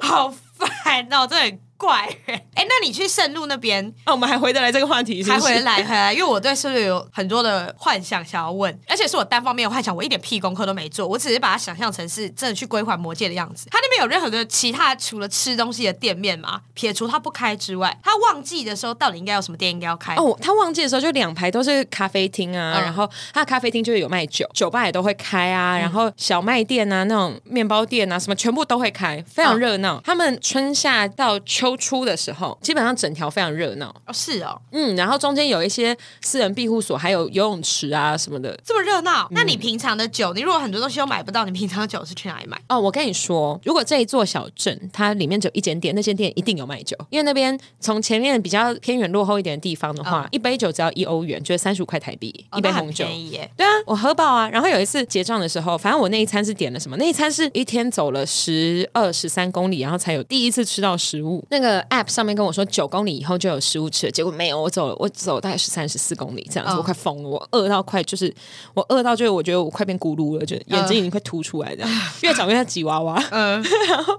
C: 好烦哦，真的很怪、欸。 [LAUGHS] 哎、那你去圣路那边
B: 哦，我们还回得来这个话题是不
C: 还
B: 是，
C: 回来回来，因为我对圣路有很多的幻想想要问，而且是我单方面的幻想，我一点屁功课都没做，我只是把它想象成是真的去归还魔界的样子。他那边有任何的其他除了吃东西的店面吗？撇除他不开之外，他旺季的时候到底应该有什么店应该要开？
B: 哦，他旺季的时候就两排都是咖啡厅啊，
C: 嗯
B: 然后他的咖啡厅就是有卖酒，酒吧也都会开啊，然后小卖店啊、那种面包店啊什么全部都会开，非常
C: 嗯
B: 热闹。他们春夏到秋初的时候，基本上整条非常热闹。
C: 哦，是哦，
B: 嗯，然后中间有一些私人庇护所，还有游泳池啊什么的。
C: 这么热闹。
B: 嗯
C: 那你平常的酒，你如果很多东西都买不到，你平常的酒是去哪里买？
B: 哦，我跟你说，如果这一座小镇它里面只有一间店，那间店一定有卖酒，因为那边从前面比较偏远落后一点的地方的话，一杯酒只要一欧元，就是三十五块台币，
C: 嗯哦
B: 一杯
C: 那很
B: 红酒。
C: 便宜耶。
B: 对啊，我喝爆啊！然后有一次结账的时候，反正我那一餐是点了什么？那一餐是一天走了十二十三公里，然后才有第一次吃到食物。那个 app 上面跟我说九公里以后就有食物吃了，结果没有，我走了，我走了大概十三十四公里这样子，
C: 嗯
B: 我快疯了，我饿到快就是我饿到就是我觉得我快变咕噜了，就眼睛已经快凸出来这样，越长越像吉娃娃。
C: 嗯，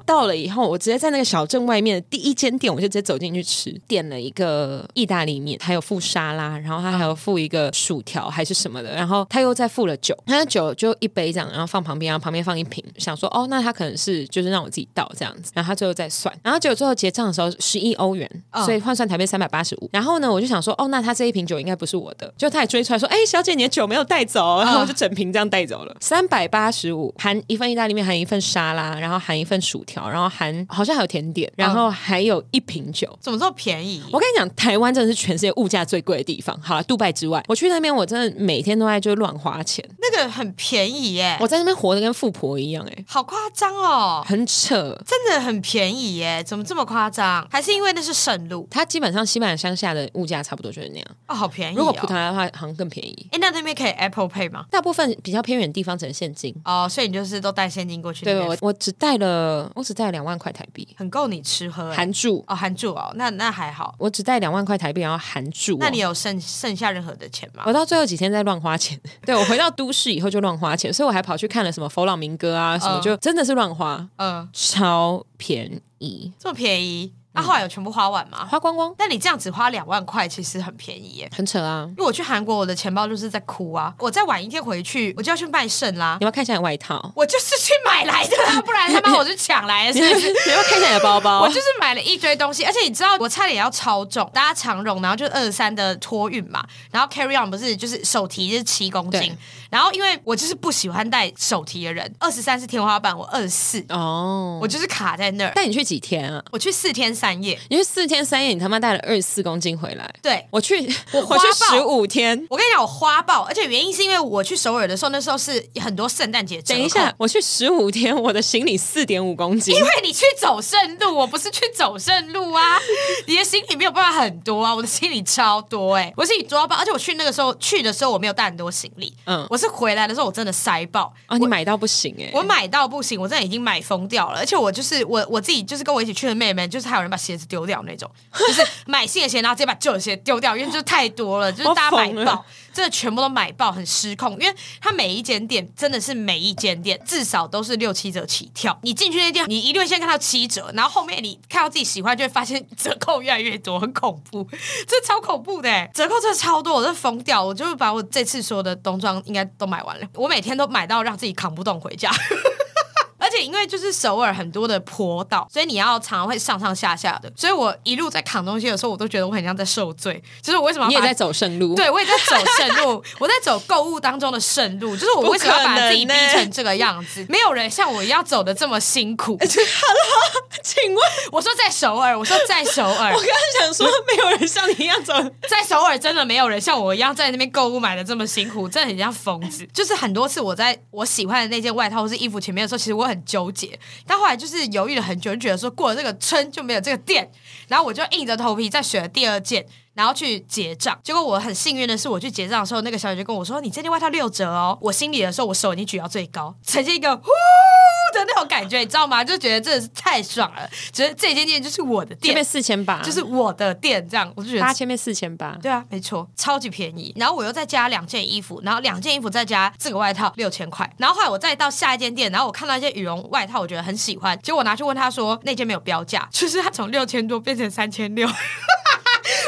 B: 到了以后，我直接在那个小镇外面的第一间店，我就直接走进去吃，点了一个意大利面，还有附沙拉，然后他还有附一个薯条还是什么的，然后他又再附了酒，他的酒就一杯这样，然后放旁边，然后旁边放一瓶，想说哦，那他可能是就是让我自己倒这样子，然后他最后再算，然后结果最后结账的时候十一欧元，
C: 嗯
B: 所以换算台币三百八十五。然后呢，我就想说哦，那他这一瓶酒应该不是我的，就他也追出来说，哎，小姐你的酒没有带走，然后我就 [LAUGHS] 整瓶这样带走了，三百八十五含一份意大利面，含一份沙拉，然后含一份薯条，然后含好像还有甜点，
C: 嗯
B: 然后还有一瓶酒。
C: 怎么这么便宜？
B: 我跟你讲，台湾真的是全世界物价最贵的地方。好了，杜拜之外，我去那边我真的每天都在就乱花钱，
C: 那个很便宜耶，
B: 我在那边活得跟富婆一样、哎，
C: 好夸张哦，
B: 很扯。
C: 真的很便宜耶，怎么这么夸张？还是因为那是圣路
B: 它基本上西班牙乡下的物价差不多就是那样，
C: 哦，好便宜、哦。
B: 如果葡萄牙的话，好像更便宜。
C: 哎，那那边可以 Apple Pay 吗？
B: 大部分比较偏远地方只能现金。
C: 哦，所以你就是都带现金过去那
B: 对
C: 边，
B: 我，我只带了，我只带了两万块台币，
C: 很够你吃喝哎。
B: 含住。
C: 哦，含住哦，那那还好。
B: 我只带两万块台币，然后含住哦、
C: 那你有剩剩下任何的钱吗？
B: 我到最后几天在乱花钱， [LAUGHS] 对我回到都市以后就乱花钱，所以我还跑去看了什么佛朗明哥啊，什么
C: 嗯
B: 就真的是乱花，
C: 嗯，
B: 超便宜，
C: 这么便宜，
B: 嗯
C: 那、后来有全部花完吗？
B: 花光光，
C: 但你这样只花两万块，其实很便宜耶。
B: 很扯啊！
C: 因为我去韩国，我的钱包就是在哭啊！我再晚一天回去，我就要去卖肾啦
B: 你要。不要看一下你的外套？ [LAUGHS]
C: 我就是去买来的啊，不然他妈我是抢来的，
B: 你
C: 是
B: 要
C: 不
B: 不
C: 是？
B: 要看一下你的包
C: 我
B: 包
C: 就？是买了一堆东西，而且你知道我差点要超重，搭长绒，然后就二三的托运嘛，然后 carry on 不是就是手提就是七公
B: 对
C: 斤，然后因为我就是不喜欢带手提的人，二十三是天花板，我二十四，
B: 哦，
C: 我就是卡在那儿，
B: 带你去几天啊？
C: 我去四天三夜，
B: 你去四天三夜，你他妈带了二十四公斤回来。
C: 对。
B: 我去， [LAUGHS] 我
C: 花
B: 去
C: 爆
B: 十五天。
C: 我跟你讲，我花爆，而且原因是因为我去首尔的时候，那时候是很多圣诞节折扣。
B: 等一下，我去十五天，我的行李四点五公斤
C: 因。为你去走圣路，我不是去走圣路啊，你的行李没有办法很多啊，我的行李超多哎、我行李多到爆，而且我去那个时候去的时候我没有带很多行李，
B: 嗯
C: 嗯，我是回来的时候我真的塞爆，
B: 哦，你买到不行哎、
C: 我买到不行，我真的已经买疯掉了，而且我就是我我自己就是跟我一起去的妹妹，就是还有人把鞋子丢掉
B: [LAUGHS]
C: 那种，就是买新的鞋，然后直接把旧的鞋丢掉，因为就是太多
B: [LAUGHS]
C: 了，就是大家买
B: 好疯了
C: 爆，真的全部都买爆，很失控，因为它每一间店真的是每一间店至少都是六七折起跳，你进去那店，你一定会先看到七折，然后后面你看到自己喜欢，就会发现折扣越来越多，很恐怖， [LAUGHS] 这超恐怖的、欸，折扣真的超多，我真的疯掉，我就把我这次所有的冬装应该都买完了，我每天都买到让自己扛不动回家。而且因为就是首尔很多的坡道，所以你要常常会上上下下的。所以我一路在扛东西的时候，我都觉得我很像在受罪。就是我为什么
B: 你
C: 要
B: 也
C: 把
B: 在走圣路。
C: 对，我 [LAUGHS] 也在走圣路， [LAUGHS] 我在走购物当中的圣路，就是我为什么要
B: 不可能
C: 把自己逼
B: 呢
C: 成这个样子？没有人像我一样走的这么辛苦。 [LAUGHS]
B: 请问，
C: 我说在首尔， [LAUGHS] 我说在首尔
B: [LAUGHS] 我，刚刚想说，没有人像你一样走。
C: 在首尔真的没有人像我一样在那边购物买的这么辛苦，真的很像疯子。就是很多次我在我喜欢的那件外套或是衣服前面的时候，其实我很纠结，但后来就是犹豫了很久，就觉得说过了这个村就没有这个店，然后我就硬着头皮再选了第二件。然后去结账。结果我很幸运的是，我去结账的时候，那个小姐就跟我说：“你这件外套六折哦。”我心里的时候，我手已经举到最高，呈现一个呼的那种感觉，你知道吗？就觉得真的是太爽了，觉得这间店就是我的
B: 前面
C: 店，
B: 四千八，
C: 就是我的店，这样我就觉得
B: 八千面四千八，
C: 对啊，没错，超级便宜。然后我又再加两件衣服，然后两件衣服再加这个外套六千块。然后后来我再到下一间店，然后我看到一件羽绒外套，我觉得很喜欢，结果我拿去问他说那件没有标价，就是它从六千多变成三千六。 [LAUGHS]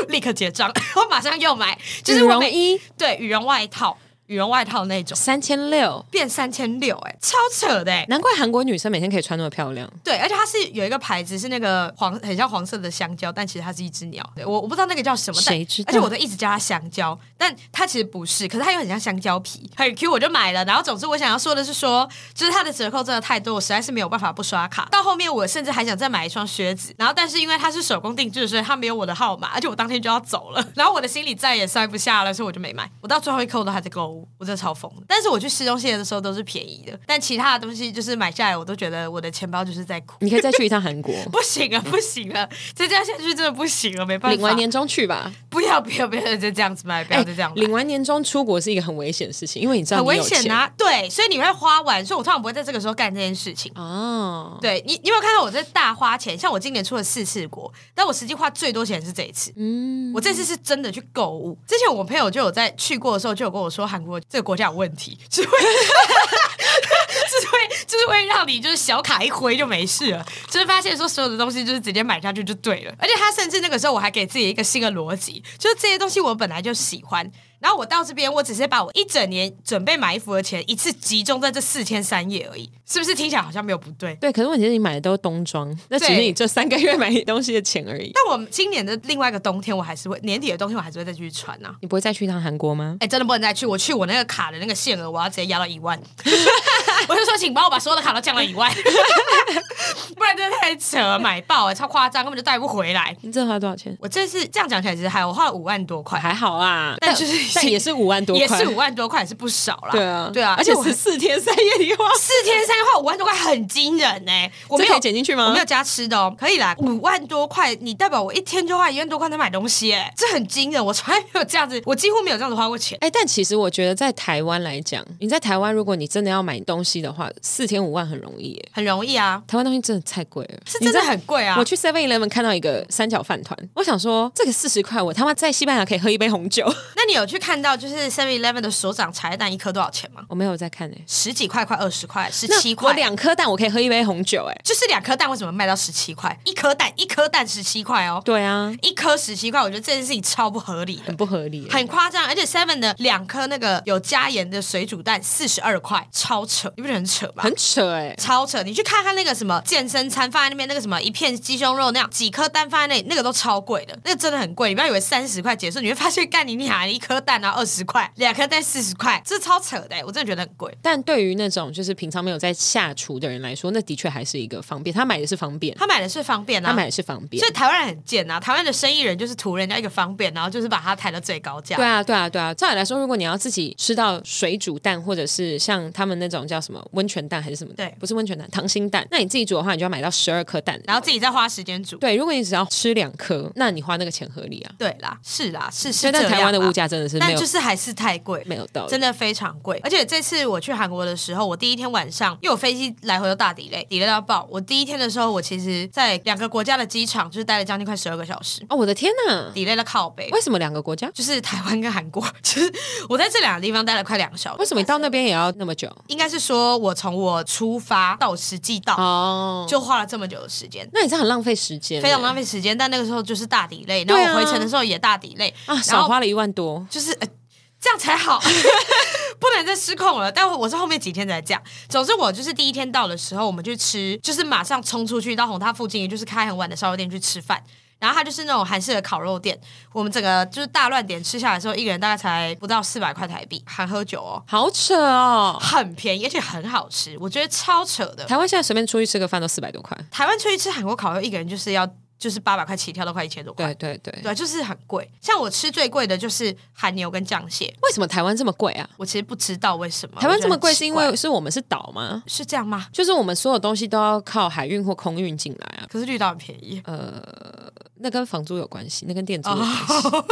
C: 立刻结账， [LAUGHS] 我马上又买，就是
B: 羽
C: 我
B: 绒
C: 每
B: 衣
C: 对羽绒外套、羽绒外套那种
B: 三千六，
C: 变三千六，哎，超扯的哎、
B: 难怪韩国女生每天可以穿那么漂亮。 [LAUGHS]
C: 对，而且它是有一个牌子是那个黄，很像黄色的香蕉，但其实它是一只鸟。对我我不知道那个叫什么，但
B: 谁知道
C: 而且我都一直叫它香蕉，但它其实不是，可是它又很像香蕉皮，很 Q，我就买了。然后总之我想要说的是说，就是它的折扣真的太多，我实在是没有办法不刷卡。到后面我甚至还想再买一双靴子，然后但是因为它是手工定制的，所以它没有我的号码，而且我当天就要走了， [LAUGHS] 然后我的心里再也塞不下了，所以我就没买。我到最后一刻我都还在购物，我真的超疯的。但是我去市中心的时候都是便宜的，但其他的东西就是买下来，我都觉得我的钱包就是在哭。 [LAUGHS]
B: 你可以再去一趟韩国，
C: 不行了，不行了，再这样下去真的不行了，没办法。
B: 领完年终去吧。
C: 不要不要不要再这样子买，
B: 哎
C: 不要再这样买。
B: 领完年终出国是一个很危险的事情，因为你知道
C: 很
B: 你有
C: 危险
B: 钱
C: 啊，对，所以你会花完，所以我通常不会在这个时候干这件事情。
B: 哦，
C: 对你，你有没有看到我在大花钱？像我今年出了四次国，但我实际花最多钱是这一次。
B: 嗯，
C: 我这次是真的去购物。之前我朋友就有在去过的时候，就有跟我说韩国这个国家有问题，是会。 [LAUGHS] 就是会，就是会让你就是小卡一挥就没事了，就是发现说所有的东西就是直接买下去就对了。而且他甚至那个时候我还给自己一个新的逻辑，就是这些东西我本来就喜欢，然后我到这边我只是把我一整年准备买衣服的钱一次集中在这四千三夜而已，是不是听起来好像没有不对？
B: 对，可是问题是你买的都是冬装，那只是你这三个月买东西的钱而已。
C: 但我今年的另外一个冬天，我还是会年底的冬天，我还是会再继续穿呐、
B: 你不会再去一趟韩国吗？
C: 哎、真的不能再去，我去我那个卡的那个限额，我要直接压到
B: [LAUGHS]
C: 一万。我就说，请帮我把所有的卡都降到一万，不然真的太扯了，买爆哎、超夸张，根本就带不回来。
B: 你这花多少钱？
C: 我这次这样讲起来，其实还好我花了五万多块，
B: 还好啦，
C: 但就是
B: 但也是五万多
C: 也
B: 块，
C: 是五万多块，也是不少啦。
B: 对啊，
C: 对啊，
B: 而且
C: 我
B: 十四天三夜你花，
C: 四天三夜花五万多块很惊人哎、 [LAUGHS] 我没
B: 这可
C: 有
B: 以减进去吗
C: 我没有加吃的哦，可以啦，
B: 嗯
C: 五万多块，你代表我一天就花一万多块在买东西哎、这很惊人，我从来没有这样子，我几乎没有这样子花过钱。
B: 哎、但其实我觉得在台湾来讲，你在台湾如果你真的要买东西的话，四天五万很容易耶。
C: 很容易啊，
B: 台湾东西真的太贵了，
C: 是
B: 你
C: 真的
B: 知道
C: 很贵啊
B: 我。去 Seven Eleven 看到一个三角饭团，我想说这个四十块，我他妈在西班牙可以喝一杯红酒。 [LAUGHS]
C: 那你有去看到就是 Seven Eleven 的手掌茶叶蛋一颗多少钱吗？
B: 我没有在看诶、
C: 十几块，快二十块，十
B: 那
C: 七
B: 我
C: 块。
B: 两颗蛋我可以喝一杯红酒诶、欸
C: 就是两颗蛋，为什么卖到十七块？一颗蛋，一颗蛋十七块哦，
B: 对啊，
C: 一颗十七块，我觉得这件事情超不合理的
B: 很。不合理耶、
C: 很夸张，而且 Seven 的两颗那个有加盐的水煮蛋四十二块，超扯，你不觉得很扯吗？
B: 很扯欸诶、
C: 超扯！你去看看那个什么健身餐放在那边，那个什么一片鸡胸肉那样，几颗蛋放在那里，那个都超贵的，那个真的很贵。你不要以为三十块结束，你会发现干你娘一颗蛋然后二十
B: [LAUGHS]
C: 块，两颗蛋四十块，这超扯的、我真的觉得很贵。
B: 但对于那种就是平常没有在下厨的人来说，那的确还是一个方便。他买的是方便，
C: 他买的是方便啊，
B: 他买的是方便
C: 所以。台湾人很贱啊，台湾的生意人就是图人家一个方便，然后就是把它抬到最高价。
B: 对啊，对啊，对啊。照理来说，如果你要自己吃到水煮蛋，或者是像他们那种叫什么温泉蛋还是什么的，
C: 对
B: 不是温泉蛋，溏心蛋，那你自己煮的话，你就要买到十二颗蛋。
C: 然后自己再花时间煮。
B: 对，如果你只要吃两颗，那你花那个钱合理啊。
C: 对啦，是啦，是
B: 所
C: 是
B: 以，但
C: 这
B: 台湾的
C: 样啦啊
B: 物价真的是没
C: 但
B: 有
C: 就是还是太贵，
B: 没有道理
C: 真。的非常贵。而且这次我去韩国的时候，我第一天晚上，因为我飞机来回都大 delay delay 到爆。我第一天的时候，我其实在两个国家的机场就是待了将近快十二个小时
B: 哦，我的天呐！
C: ，delay 到靠北。
B: 为什么两个国家？
C: 就是台湾跟韩国，就是我在这两个地方待了快两个小时。
B: 为什么你到那边也要那么久？
C: 应该是说我从我出发到我实际到，
B: 哦，
C: 就花了这么久的时间。
B: 那你这样很浪费时间，欸
C: 非常浪
B: 费
C: 费时间，但那个时候就是大底累，然
B: 对啊
C: 后我回程的时候也大底累
B: 啊，
C: 然
B: 少
C: 后
B: 花了一万多。
C: 就是、呃、这样才好， [LAUGHS] 不能再失控了。但我是后面几天才这样。总之，我就是第一天到的时候，我们去吃，就是马上冲出去到红塔附近，也就是开很晚的烧肉店去吃饭。然后它就是那种韩式的烤肉店，我们整个就是大乱点吃下来的时候，一个人大概才不到四百块台币，含喝酒哦，
B: 好扯哦！
C: 很便宜，而且很好吃，我觉得超扯的。
B: 台湾现在随便出去吃个饭都四百多块，
C: 台湾出去吃韩国烤肉，一个人就是要就是八百块起跳，都快一千多块。
B: 对对对。
C: 对，就是很贵。像我吃最贵的就是韩牛跟酱蟹，
B: 为什么台湾这么贵啊？
C: 我其实不知道为什么
B: 台湾
C: 我觉
B: 这
C: 得
B: 么贵
C: 很
B: 是
C: 奇
B: 因
C: 怪
B: 为是我们是岛吗？
C: 是这样吗？
B: 就是我们所有东西都要靠海运或空运进来啊。
C: 可是绿岛很便宜，
B: 那跟房租有关系，那跟店租有关系。
C: 哦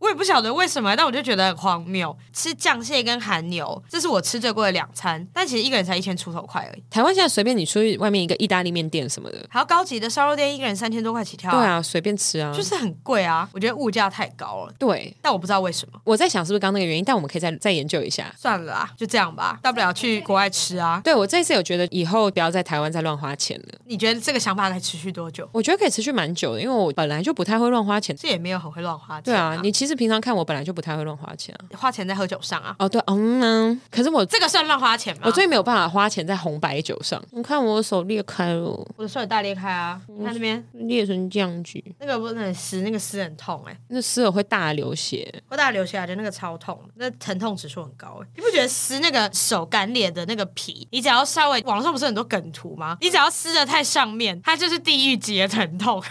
C: 我也不晓得为什么，但我就觉得很荒谬。吃酱蟹跟韩牛，这是我吃最贵的两餐，但其实一个人才一千出头块而已。
B: 台湾现在随便你出去外面一个意大利面店什么的，
C: 还有高级的烧肉店，一个人三千多块起跳、
B: 对，啊，随便吃啊，
C: 就是很贵啊。我觉得物价太高了，
B: 对。
C: 但我不知道为什么。
B: 我在想是不是刚刚那个原因，但我们可以再再研究一下。
C: 算了啊，就这样吧，大不了去国外吃啊。
B: 对我这次有觉得以后不要在台湾再乱花钱了，
C: 你觉得这个想法可以持续多久？
B: 我觉得可以持续蛮久的，因为我本来就不太会乱花钱。
C: 这也没有很会乱花钱、
B: 对啊，你其实平常看我本来就不太会乱花钱啊。
C: 花钱在喝酒上啊，
B: 哦，对，嗯嗯，可是我
C: 这个算乱花钱吗？
B: 我最没有办法花钱在红白酒上。你看我手裂开了，
C: 我的手也大裂开啊，
B: 嗯
C: 你看那边
B: 裂成这样子，
C: 那个不是很湿，那个湿很痛哎、
B: 那湿了会大流血。
C: 我大流血来的那个超痛，那疼痛指数很高哎、你不觉得撕那个手干裂的那个皮，你只要稍微网上不是很多梗图吗？你只要撕的太上面，它就是地狱级的疼痛，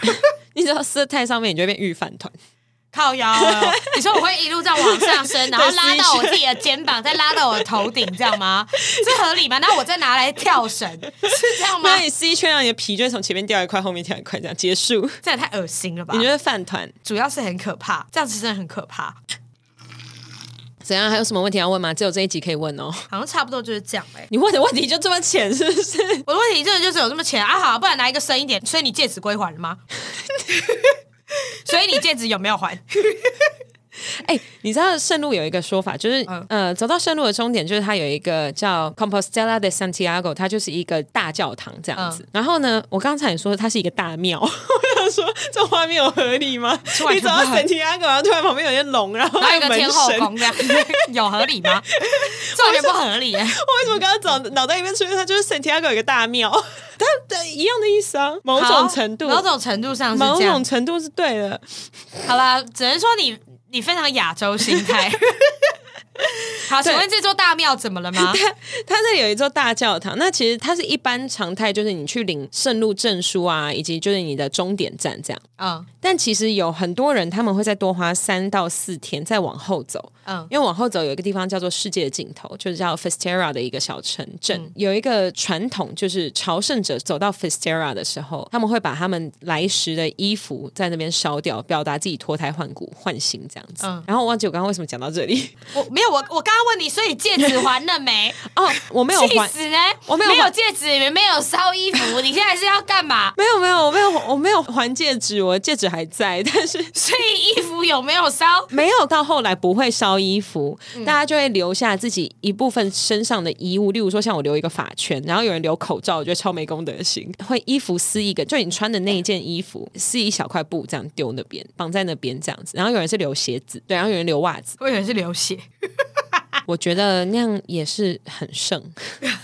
B: 你只要撕得太上面，你就会变预饭团。
C: [LAUGHS] 靠腰了。你说我会一路这样往上 [LAUGHS] 升，然后
B: 对
C: 拉
B: 撕一
C: 到我
B: 圈
C: 自己的肩膀，再拉到我的头顶，这样 [LAUGHS] 吗？这合理吗？那我再拿来跳绳，是这 [LAUGHS] 样吗
B: 那？你撕一圈，啊让你的皮就会从前面掉一块，后面掉一块，这样结束。
C: 这也太恶心了
B: [LAUGHS]
C: 吧
B: 你！觉得饭团
C: 主要是很可怕，这样子真的很可怕。
B: 怎样？还有什么问题要问吗？只有这一集可以问哦。
C: 好像差不多就是这样哎、
B: 你问的问题就这么浅，是不
C: [LAUGHS]
B: 是？
C: 我的问题真的就是有这么浅啊？好，不然拿一个深一点。所以你戒指归还了吗？ [LAUGHS] 所以你戒指有没
B: [LAUGHS]
C: 有还？
B: 哎、你知道圣路有一个说法，就是、
C: 嗯
B: 呃，走到圣路的终点，就是它有一个叫 Compostela de Santiago，它就是一个大教堂这样子。
C: 嗯
B: 然后呢，我刚才也说它是一个大庙， [LAUGHS] 我想说这画面有合理吗？
C: 突然
B: 你走到
C: 就不合理
B: Santiago，然后突然旁边有些龙，然后
C: 然后有
B: 还
C: 个
B: 门
C: 天后
B: 神，
C: 宫这样，有合理吗？这我觉得不合理、欸。
B: 我 [LAUGHS] 为什么刚刚脑脑袋里面出现它就是 Santiago 有一个大庙，它它一样的意思啊，某种程度，
C: 好某种程度上是
B: 某
C: 这样
B: 种。程度是对的。
C: 好啦，只能说你你非常亚洲心态。 [LAUGHS] 好，请问这座大庙怎么了吗？
B: 它这里有一座大教堂，那其实它是一般常态，就是你去领圣路证书啊，以及就是你的终点站这样。
C: 嗯
B: 但其实有很多人他们会再多花三到四天再往后走，
C: 嗯，
B: 因为往后走有一个地方叫做世界的尽头，就是叫 Festera 的一个小城镇，
C: 嗯
B: 有一个传统就是朝圣者走到 Festera 的时候，他们会把他们来时的衣服在那边烧掉，表达自己脱胎换骨、换新这样子。
C: 嗯
B: 然后我忘记我刚刚为什么讲到这里 [LAUGHS]
C: 我没有，我我刚刚问你，所以戒指还了没？
B: 哦，我 [LAUGHS] 没有
C: 气
B: 还。
C: 死呢！
B: 我没有
C: 没有
B: 还
C: 戒指，也没有烧衣服，你现在是要干嘛？ [LAUGHS]
B: 没有没有我没有我没有还戒指，我的戒指还在，但是
C: 所以衣服有没有烧？
B: [LAUGHS] 没有到后来不会烧衣服，大家就会留下自己一部分身上的衣物，例如说像我留一个发圈，然后有人留口罩，我觉得超没公德心，会衣服撕一个，就你穿的那一件衣服撕一小块布这样丢那边，绑在那边这样子，然后有人是留鞋子，对，然后有人留袜子，
C: 我以为是流血。
B: 我觉得那样也是很盛， [LAUGHS]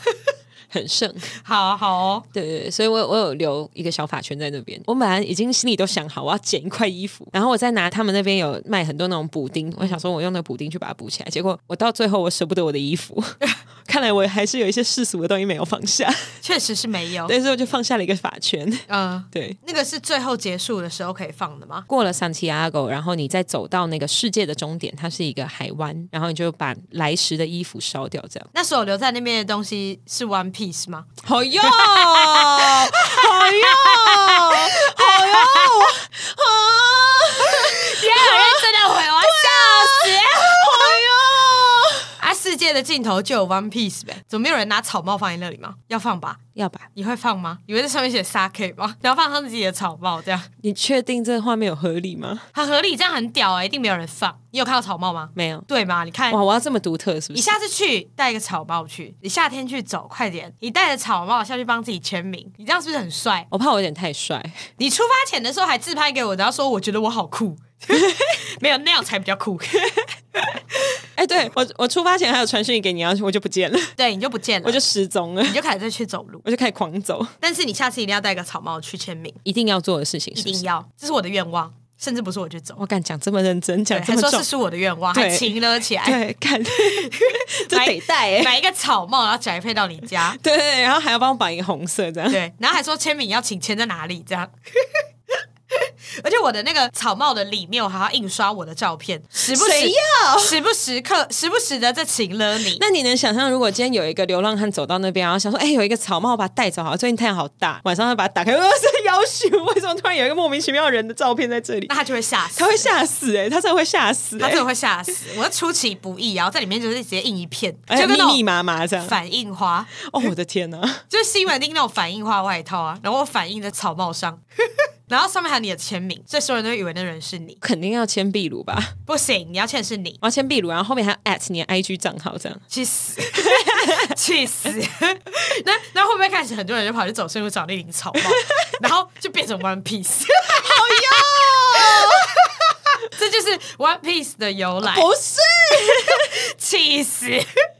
B: 很盛。
C: [LAUGHS] 好好哦，
B: 对对，对所以我有我有留一个小发圈在那边。我本来已经心里都想好，我要剪一块衣服，然后我再拿他们那边有卖很多那种补丁，我想说我用那个补丁去把它补起来。结果我到最后我舍不得我的衣服， [LAUGHS] 看来我还是有一些世俗的东西没有放下，
C: 确实是没有。
B: 对，所以我就放下了一个发圈。
C: 嗯，
B: 对，
C: 那个是最后结束的时候可以放的吗？
B: 过了 Santiago，然后你再走到那个世界的终点，它是一个海湾，然后你就把来时的衣服烧掉，这样。
C: 那所有留在那边的东西是 One Piece 吗？
B: 好哟，好哟，好哟，啊！
C: 别有人真的回我笑死！ [LAUGHS] 哎呦，啊，世界的尽头就有 One Piece 呗？怎么没有人拿草帽放在那里吗？要放吧？
B: [LAUGHS] 要吧？
C: 你会放吗？你会在上面写 sake 吗？然后放上自己的草帽，这样
B: 你确定这画面有合理吗？
C: 很合理，这样很屌哎、一定没有人放。你有看到草帽吗？
B: 没有。
C: 对吗？你看
B: 哇，。我要这么独特是不
C: 你
B: 是？
C: 下次去哎带一个草帽去，你夏天去走，快点！你带着草帽下去帮自己签名，你这样是不是很帅？
B: 我怕我有点太帅，
C: 你出发前的时候还自拍给我，然后说我觉得我好酷， [LAUGHS] 没有那样才比较酷。 [LAUGHS]
B: [LAUGHS] 哎、对我我出发前还有传讯给你，然啊后我就不见了，
C: 对，你就不见了，
B: 我就失踪了，
C: 你就开始再去走路。
B: 我就开始狂走，
C: 但是你下次一定要带个草帽去签名，
B: 一定要做的事情
C: 一
B: 是不
C: 定
B: 是？
C: 要，这是我的愿望，甚至不是我去走，
B: 我敢讲这么认真，讲
C: 对，
B: 哦这
C: 还
B: 么
C: 说
B: 重
C: 这，是我的愿望，还
B: 对
C: 请了起来，
B: 对，看 [LAUGHS] 这得带哎、，
C: 买一个草帽，然后宅配到你家
B: 对对，然后还要帮我绑一个红色这样。
C: [LAUGHS] 对，然后还说签名要请签在哪里这样。 [LAUGHS] 而且我的那个草帽的里面，我还要印刷我的照片，时不时
B: 谁要
C: 时不时刻时不时的在请了你，
B: 那你能想象，如果今天有一个流浪汉走到那边，然后想说，哎、有一个草帽，我把它带走好了，最近太阳好大，晚上要把它打开，呃，是妖羞，为什么突然有一个莫名其妙的人的照片在这里
C: 那？他就会吓死，
B: 他会，吓死哎、他真的会吓死
C: 他
B: 哎、
C: 真的会吓死。我出其不意，然后在里面就是直接印一片，
B: 而
C: 就
B: 且
C: 跟
B: 密
C: 那
B: 哎密
C: 种
B: 麻麻这样。
C: 反应花，
B: 哦，我的天哪、
C: 就是西门町那种反应花外套啊，然后我反应的草帽上， [LAUGHS] 然后上面还有你的签名，所以所有人都会以为那人是你。
B: [LAUGHS] 肯定要签壁炉吧？
C: 不行，你要签的是你，
B: 我要签壁炉，然后后面还要 at 你的 IG 账号这样。[LAUGHS]
C: 去死，去死！那那会不会开始很多人就跑去走深入找那
B: [LAUGHS]
C: 顶草帽，然后就变成 One Piece？好用， [LAUGHS] 这就是 One Piece 的由来。
B: 是，
C: 气死，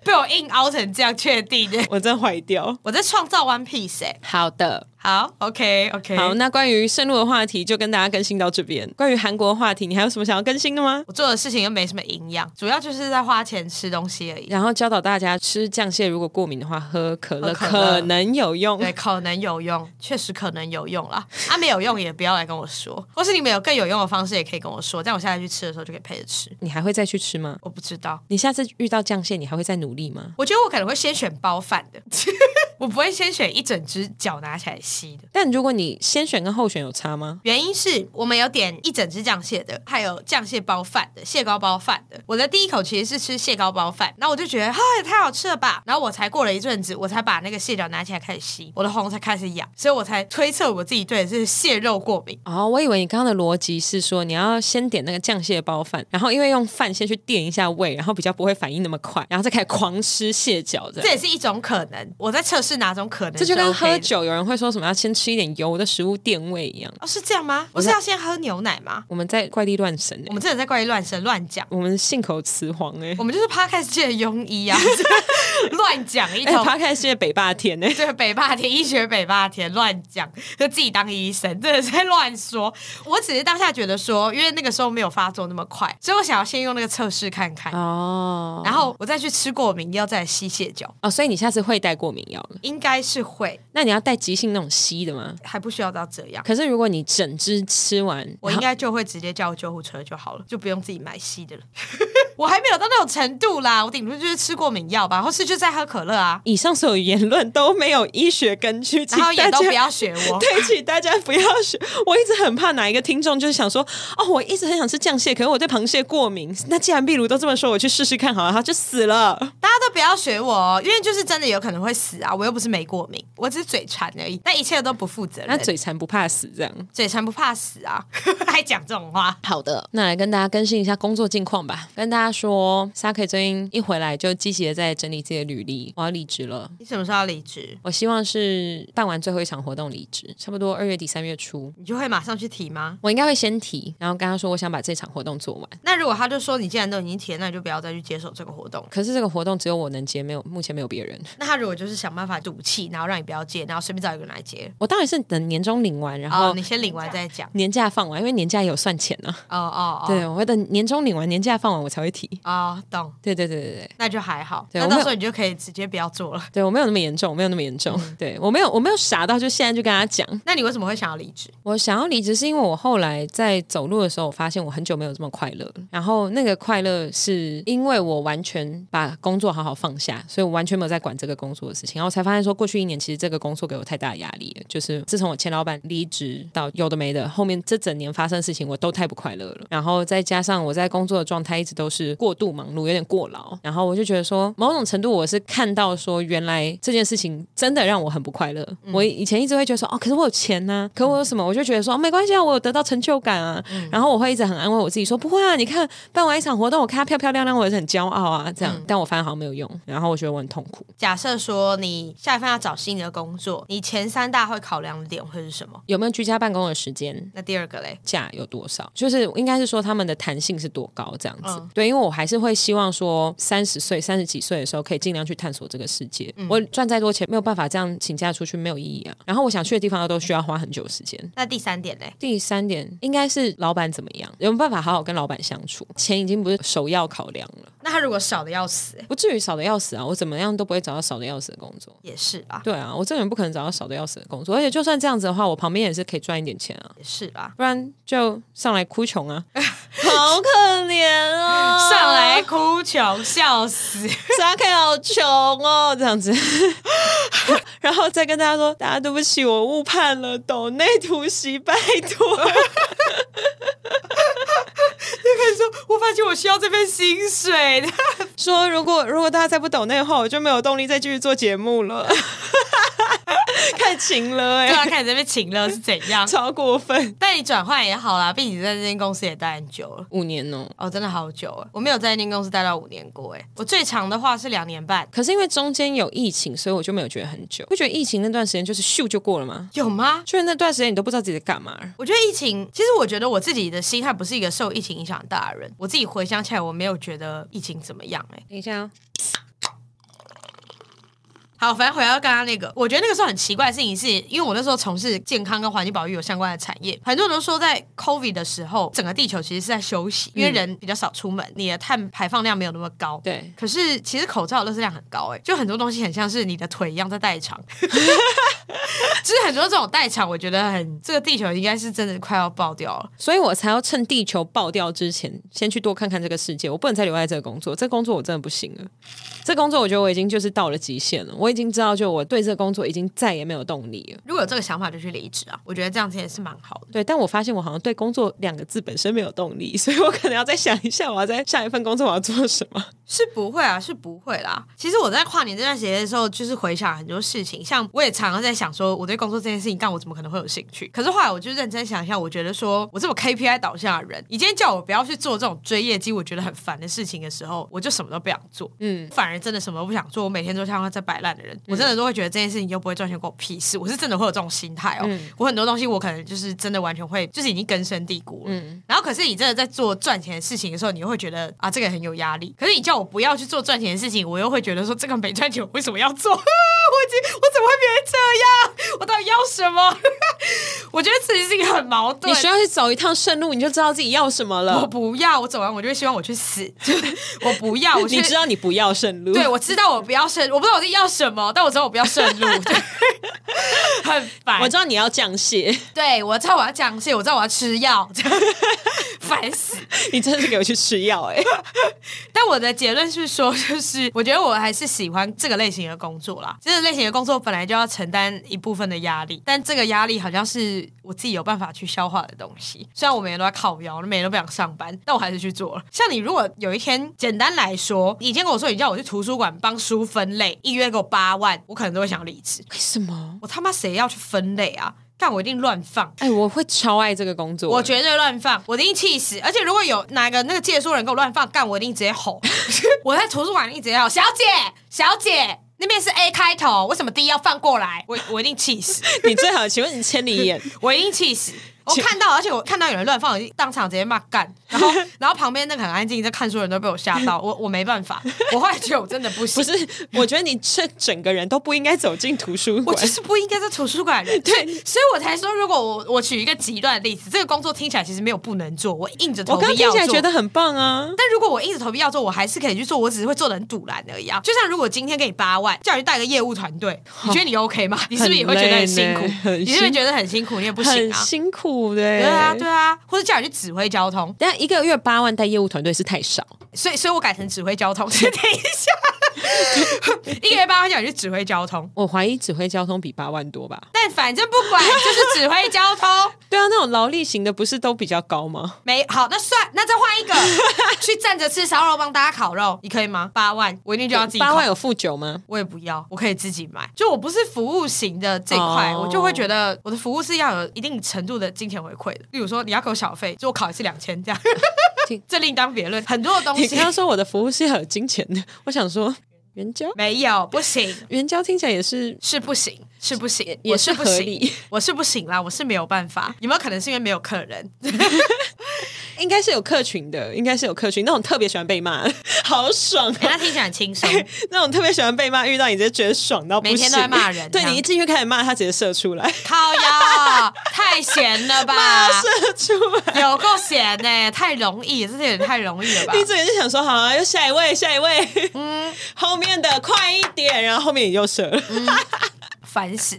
C: 被我硬凹成这样，确定的。
B: [LAUGHS] 我真坏掉。
C: 我在创造 One Piece 哎、
B: 好的，
C: 好，OK OK，
B: 好，那关于圣路的话题就跟大家更新到这边。关于韩国的话题，你还有什么想要更新的吗？
C: 我做的事情又没什么营养，主要就是在花钱吃东西而已。
B: 然后教导大家吃酱蟹，如果过敏的话，喝可乐
C: 喝可
B: 可
C: 乐
B: 能有用。
C: 对，可能有用，确实可能有用啦。啊，没有用也不要来跟我说，或是你们有更有用的方式也可以跟我说，这样我下次去吃的时候就可以配着吃。
B: 你还会再去吃吗？
C: 我不知道，
B: 你下次遇到酱蟹，你还会再努力吗？
C: 我觉得我可能会先选包饭的， [LAUGHS] 我不会先选一整只脚拿起来吸的。
B: 但如果你先选跟后选有差吗？
C: 原因是我们有点一整只酱蟹的，还有酱蟹包饭的、蟹膏包饭的。我的第一口其实是吃蟹膏包饭，然后我就觉得哈也太好吃了吧。然后我才过了一阵子，我才把那个蟹脚拿起来开始吸，我的喉咙才开始痒，所以我才推测我自己对的是蟹肉过敏。
B: 哦，我以为你刚刚的逻辑是说你要先点那个酱蟹包饭，然后因为用饭先去垫一下胃，然后比较不会反应那么快，然后再开始狂吃蟹脚这
C: 这
B: 样。
C: 也是一种可能，我在测试哪种可能、
B: 这就跟
C: OK 的
B: 喝酒有人会说什么要先吃一点油的食物垫胃一样，
C: 哦，是这样吗？不是要先喝牛奶吗？
B: 我们在怪力乱神、
C: 我
B: 欸，
C: 们真的在怪乱神乱讲，
B: 我们信口雌黄哎、
C: 我
B: 欸，
C: 们就是 podcast 界的庸医
B: [LAUGHS]
C: 啊，乱讲一
B: 哎、
C: 通。 [LAUGHS]
B: 他开始北霸天哎、欸，
C: 这个北霸天医学北霸天乱讲，就自己当医生，真的是在乱说。我只是当下觉得说，因为那个时候没有发作那么快，所以我想要先用那个测试看看，
B: 哦，
C: 然后我再去吃过敏药，再来吸蟹脚，
B: 哦，所以你下次会带过敏药了？
C: 应该是会，
B: 那你要带急性那种稀的吗？
C: 还不需要到这样。
B: 可是如果你整只吃完，
C: 我应该就会直接叫救护车就好了，就不用自己买吸的了。 [LAUGHS] 我还没有到那种程度啦，我顶多就是吃过敏药吧，或是就在喝可乐啊，
B: 以上所有言论都没有医学根据，请
C: 然后也
B: 大
C: 都
B: 家 [LAUGHS]
C: 不要学我。
B: 对，请大家不要学。 [LAUGHS] 我一直很怕哪一个听众就是想说，哦，我一直很想吃酱蟹，可是我对螃蟹过敏。那既然壁炉都这么说，我去试试看好了，他就死了。
C: 大家都不要学我哦，因为就是真的有可能会死啊！我又不是没过敏，我只是嘴馋而已。但一切都不负责任，
B: 那嘴馋不怕死，这样。
C: 嘴馋不怕死啊，还讲这种话。 [LAUGHS]
B: 好的，那来跟大家更新一下工作近况吧。跟大家说，Saki 最近一回来就积极的在整理自己的履历，我要离职了。
C: 你什么时候要离职？
B: 我希望是办完最后一场活动离职，差不多二月底三月初。
C: 你就会马上去提吗？
B: 我应该会先提，然后跟他说我想把这场活动做完。
C: 那如果他就说你既然都已经提了，那你就不要再去接手这个活动。
B: 可是这个活动只有我能接，没有目前没有别人。
C: 那他如果就是想办法赌气，然后让你不要接，然后随便找一个人来接，
B: 我当然是等年终领完，然
C: 然后
B: 后
C: 你先领完再讲。
B: 年假放完，因为年假也有算钱呢、
C: 哦哦哦，
B: 对，我会等年终领完，年假放完我才会提。
C: 哦，懂，
B: 对对对对对，
C: 那就还好。
B: 对
C: 那
B: 我没
C: 到
B: 有
C: 时候你就可以直接不要做了。 [LAUGHS]
B: 对我没有那么严重，我没有那么严重。对我没有我没有傻到就现在就跟他讲，
C: 那你为什么会想要离职？
B: 我想要离职是因为我后来在走路的时候，我发现我很久没有这么快乐了。然后那个快乐是因为我完全把工作好好放下，所以我完全没有在管这个工作的事情。然后我才发现说，过去一年其实这个工作给我太大的压力了。就是自从我前老板离职到有的没的，后面这整年发生的事情我都太不快乐了。然后再加上我在工作的状态一直都是过度忙碌，有点过劳。然后我就觉得说，某种程度我是看到说，原来这件事情真的让我很不快乐。我以前一直会觉得说，哦，可是我有钱呐、可我有什么？我就觉得说、哦没关系啊，我有得到成就感啊。然后我会一直很安慰我自己说，不会啊，你看办完一场活动，我看她漂漂亮亮，我也是很骄傲啊，这样。但我发现好像没有用，然后我觉得我很痛苦。
C: 假设说你下一份要找新的工作，你前三大会考量的点会是什么？
B: 有没有居家办公的时间？
C: 那第二个嘞？
B: 价有多少，就是应该是说他们的弹性是多高这样子。
C: 嗯
B: 对，因为我还是会希望说三十岁、三十几岁的时候可以尽量去探索这个世界。我赚再多钱没有办法这样请假出去没有意义啊。然后我想去的地方都需要花很久的时间。
C: 那第三点嘞？
B: 第三点应该是老板怎么样，有没有办法好好跟老板相处？钱已经不是首要考量了，
C: 那他如果少的要死、欸
B: 不至于少的要死啊！我怎么样都不会找到少的要死的工作。
C: 也是吧，
B: 对啊，我这个人不可能找到少的要死的工作，而且就算这样子的话，我旁边也是可以赚一点钱啊，
C: 也是吧，
B: 不然就上来哭穷啊， [LAUGHS] 好可怜哦，
C: 上来哭穷，笑死， [LAUGHS]
B: 沙 K 好穷哦，这样子， [LAUGHS] 然后再跟大家说，大家对不起，我误判了，抖内突袭，拜 [LAUGHS] 托。
C: 跟你说，我发现我需要这份薪
B: [LAUGHS]
C: 水。
B: 说如果如果大家再不抖内的话，我就没有动力再继续做节目了。 [LAUGHS] 看情了哎、？
C: 对啊，看你这边请了是怎
B: [LAUGHS]
C: 样
B: 超过分，
C: 但你转换也好啦，毕竟你在这间公司也待很久了。
B: 五年哦。
C: 哦，真的好久了，我没有在那间公司待到五年过哎，我最长的话是两年半，
B: 可是因为中间有疫情，所以我就没有觉得很久。不觉得疫情那段时间就是咻就过了吗？
C: 有吗？
B: 就是那段时间你都不知道自己在干嘛。
C: 我觉得疫情，其实我觉得我自己的心态不是一个受疫情影响很大的人。我自己回想起来，我没有觉得疫情怎么样哎、
B: 等一下、哦，
C: 好，反正回到刚刚那个，我觉得那个时候很奇怪的事情是，因为我那时候从事健康跟环境保育有相关的产业，很多人都说在 COVID 的时候，整个地球其实是在休息，因为人比较少出门，你的碳排放量没有那么高。。
B: 对，
C: 可是其实口罩的热量很高哎、就很多东西很像是你的腿一样在代偿， [LAUGHS] 就是很多这种代偿，我觉得很这个地球应该是真的快要爆掉了。
B: 所以我才要趁地球爆掉之前，先去多看看这个世界。我不能再留在这个工作，这个工作我真的不行了。这工作我觉得我已经就是到了极限了，我已经知道，就我对这个工作已经再也没有动力了。
C: 如果有这个想法，就去离职啊！我觉得这样子也是蛮好的。
B: 对，但我发现我好像对“工作”两个字本身没有动力，所以我可能要再想一下，我要在下一份工作我要做什么。
C: 是不会啊，是不会啦。其实我在跨年这段时间的时候，就是回想很多事情，像我也常常在想说，我对工作这件事情干，我怎么可能会有兴趣？可是后来我就认真想一下，我觉得说我这么 KPI 导向的人，你今天叫我不要去做这种追业绩，我觉得很烦的事情的时候，我就什么都不想做。嗯，反而真的什么都不想做，我每天都像在摆烂的人，我真
B: 嗯
C: 的都会觉得这件事情又不会赚钱，关我屁事。我是真的会有这种心态哦。
B: 嗯
C: 我很多东西我可能就是真的完全会，就是已经根深蒂固了。
B: 嗯
C: 然后可是你真的在做赚钱的事情的时候，你又会觉得啊，这个很有压力。可是你叫我不要去做赚钱的事情，我又会觉得说这个没赚钱，我为什么要做？我 [LAUGHS] 这我怎么会变成这样？我到底要什么？ [LAUGHS] 我觉得自己是一个很矛盾
B: 你。需要去走一趟圣路，你就知道自己要什么
C: 我
B: 了。
C: 不要，我走完我就会希望我去死。 [LAUGHS] 我不要，我
B: 你
C: 去
B: 知道你不要圣路，
C: 对，我知道我不要渗，我不知道我自己要什么，但我知道我不要渗 [LAUGHS] 入，对很烦。
B: 我知道你要降血， [LAUGHS]
C: 对我知道我要讲谢，我知道我要吃药，这 [LAUGHS] 样烦死。
B: 你真的是给我去吃药哎、
C: 但我的结论是说， [LAUGHS] 就是我觉得我还是喜欢这个类型的工作啦。这个类型的工作本来就要承担一部分的压力，但这个压力好像是我自己有办法去消化的东西。虽然我每天都在靠腰，每天都不想上班，但我还是去做了。像你如果有一天，简单来说，你今天跟我说你叫我去图书馆帮书分类，一月给我八万，我可能都会想离职。
B: 为什么？
C: 我他妈谁要去分类啊？干我一定乱放。
B: 哎、我会超爱这个工作。
C: 我绝对乱放，我一定气死！而且如果有哪个那个借书人给我乱放，干我一定直接 [LAUGHS] 吼！我在图书馆一定直接吼，小姐，小姐，那边是 A 开头，为什么 D 要放过来？我我一定气死，
B: 你最好，请问你千里眼？
C: [LAUGHS] 我一定气死！我看到，而且我看到有人乱放，我一定当场直接骂干。然 [LAUGHS] 后，然后旁边那个很安静在看书的人都被我吓到，我我没办 [LAUGHS] 法，我后来觉得我真的不行，
B: 不是，我觉得你这整个人都不应该走进图书
C: 我
B: 馆
C: 就。是不应该在图书馆的人。 [LAUGHS] 对，所以我才说，如果我我举一个极端的例子，这个工作听起来其实没有不能做，我硬着
B: 我
C: 头
B: 刚
C: 皮
B: 刚
C: 要
B: 听起
C: 做。
B: 来觉得很棒啊！
C: 但如果我硬着头皮要做，我还是可以去做，我只是会做的很堵然而已啊。就像如果今天给你八万，叫你去带个业务团
B: [LAUGHS]
C: 队，你觉得你 OK 吗？你是不是也会觉得很辛苦
B: 很累？很
C: 你是不是
B: 辛
C: 觉得很辛苦？你也不行
B: 很
C: 啊。
B: 辛苦的、欸。
C: [LAUGHS] 对啊，对啊，或者叫你去指挥交通，
B: 但一个月八万带业务团队是太少，
C: 所以所以我改成指挥交通。 [LAUGHS] 等一
B: [LAUGHS]
C: 下，一个月八万叫你去指挥交通，
B: 我怀疑指挥交通比八万多吧？
C: 但反正不管，就是指挥交
B: [LAUGHS]
C: 通。
B: 对啊，那种劳力型的不是都比较高吗？
C: 没好，那算，那再换一个，去站着吃烧肉，帮大家烤肉，你可以吗？八万，我一定就要自己
B: 八
C: 烤
B: 万有付酒吗？
C: 我也不要，我可以自己买。就我不是服务型的这一块
B: 哦
C: 我就会觉得我的服务是要有一定程度的金钱回馈的。例如说，你要给我小费，就我考一次两千 [LAUGHS] 这样
B: 请，
C: 这另当别论。很多的东
B: 你
C: 西
B: 刚刚说我的服务是要有金钱的， [LAUGHS] 我想说援交，
C: [LAUGHS] 没有不行，
B: 援交听起来也是
C: 是不行，是不行，
B: 也
C: 我是
B: 是
C: 不
B: 合
C: 行，
B: 理，
C: 我是不行啦，我是没有办法。有没有可能是因为没有客人？
B: 应该是有客群的，应该是有客群那种特别喜欢被骂， [LAUGHS] 好爽、
C: 哎
B: 啊。
C: 那听起来很轻 [LAUGHS] 松，
B: [LAUGHS] 那种特别喜欢被骂，遇到你直接觉得爽到不行，
C: 每天都在
B: [LAUGHS]
C: 骂人
B: 对
C: 这样
B: 你一进去开始骂，他直接射出 [LAUGHS] 来，
C: 靠腰，太闲了 [LAUGHS] 吧？
B: 射出来。
C: 有够闲呢，太容易，这有点太容易了 [LAUGHS] 吧？
B: 你整个就想说，好、啊，又下一位，下一位，
C: 嗯，
B: 嗯后面的快一点，然后后面你就射了。
C: 烦死！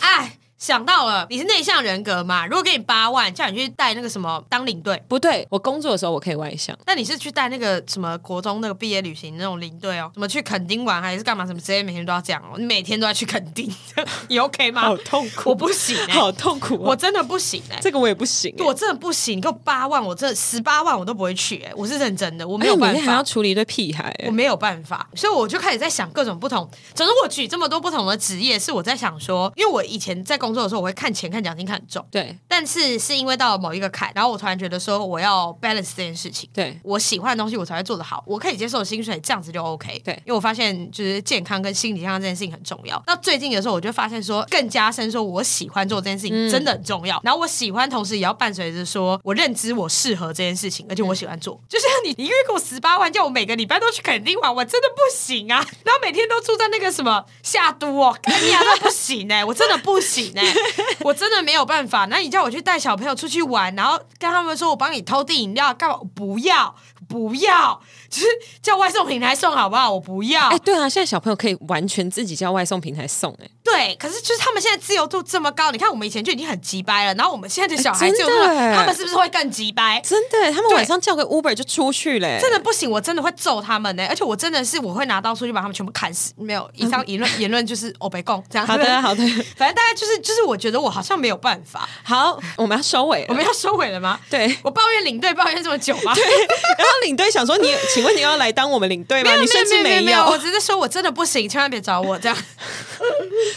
C: 哎，想到了，你是内向人格嘛？如果给你八万，叫你去带那个什么当领队，
B: 不对，我工作的时候我可以外向，
C: 那你是去带那个什么国中那个毕业旅行那种领队哦，什么去垦丁玩还是干嘛？什么直接每天都要这样哦，你每天都要去垦丁， [LAUGHS] 你 OK 吗？
B: 好痛苦
C: 我不行、
B: [LAUGHS]
C: 欸，
B: 好痛苦、
C: 我
B: 哦，
C: 真的不行哎、
B: 这个我也不行欸、
C: 我真的不行，给我八万，我这十八万我都不会去、哎，我是认真的，我
B: 我
C: 没有办
B: 每天还
C: 法
B: 要，处理一堆屁孩、欸
C: 我没有办法，所以我就开始在想各种不同。总之，我举这么多不同的职业，是我在想说，因为我以前在工作的时候，我会看钱、看奖金、看很重，
B: 对
C: 但是是因为到了某一个坎，然后我突然觉得说，我要 balance 这件事情。
B: 对，
C: 我喜欢的东西，我才会做得好。我可以接受的薪水，这样子就 OK。
B: 对
C: 因为我发现就是健康跟心理健康这件事情很重要。那最近的时候，我就发现说，更加深说我喜欢做这件事情真的很重要。然后我喜欢，同时也要伴随着说我认知我适合这件事情，而且我喜欢做。就像你一个月给我十八万，叫我每个礼拜都去垦丁玩，我真的不行啊。然后每天都住在那个什么夏都哦，肯尼亚那不行哎、我真的不行哎、我真的没有办法。那你叫我去带小朋友出去玩，然后跟他们说我帮你偷订饮料，干嘛？我不要，不要， [LAUGHS] 就是叫外送平台送好不好？我不要。
B: 哎、对啊，现在小朋友可以完全自己叫外送平台送、欸，
C: 对，可是就是他们现在自由度这么高，你看我们以前就已经很急掰了，然后我们现在的小孩
B: 哎
C: 自
B: 真
C: 由
B: 的
C: 度那么，
B: 哎
C: 他们是不是会更急掰？
B: 真的欸、他们
C: 对
B: 晚上叫个 Uber 就出去嘞、欸
C: 真的不行，我真的会揍他们呢、而且我真的是我会拿刀出去把他们全部砍死。没有以上言论言论就是欧北共这样。
B: 嗯好 [LAUGHS]
C: [LAUGHS]
B: 的，好的，
C: 反正大家就是就是，我觉得我好像没有办法。
B: [LAUGHS] 好，我们要收尾了。
C: 我们要收尾了吗？
B: 对，
C: 我抱怨领队抱怨这么久吗？
B: [LAUGHS] 然后领队想说你，请问你要来当我们领队吗？你甚至
C: [LAUGHS] 没有没有，我
B: 有。
C: 只是说我真的不行，千万别找我这样。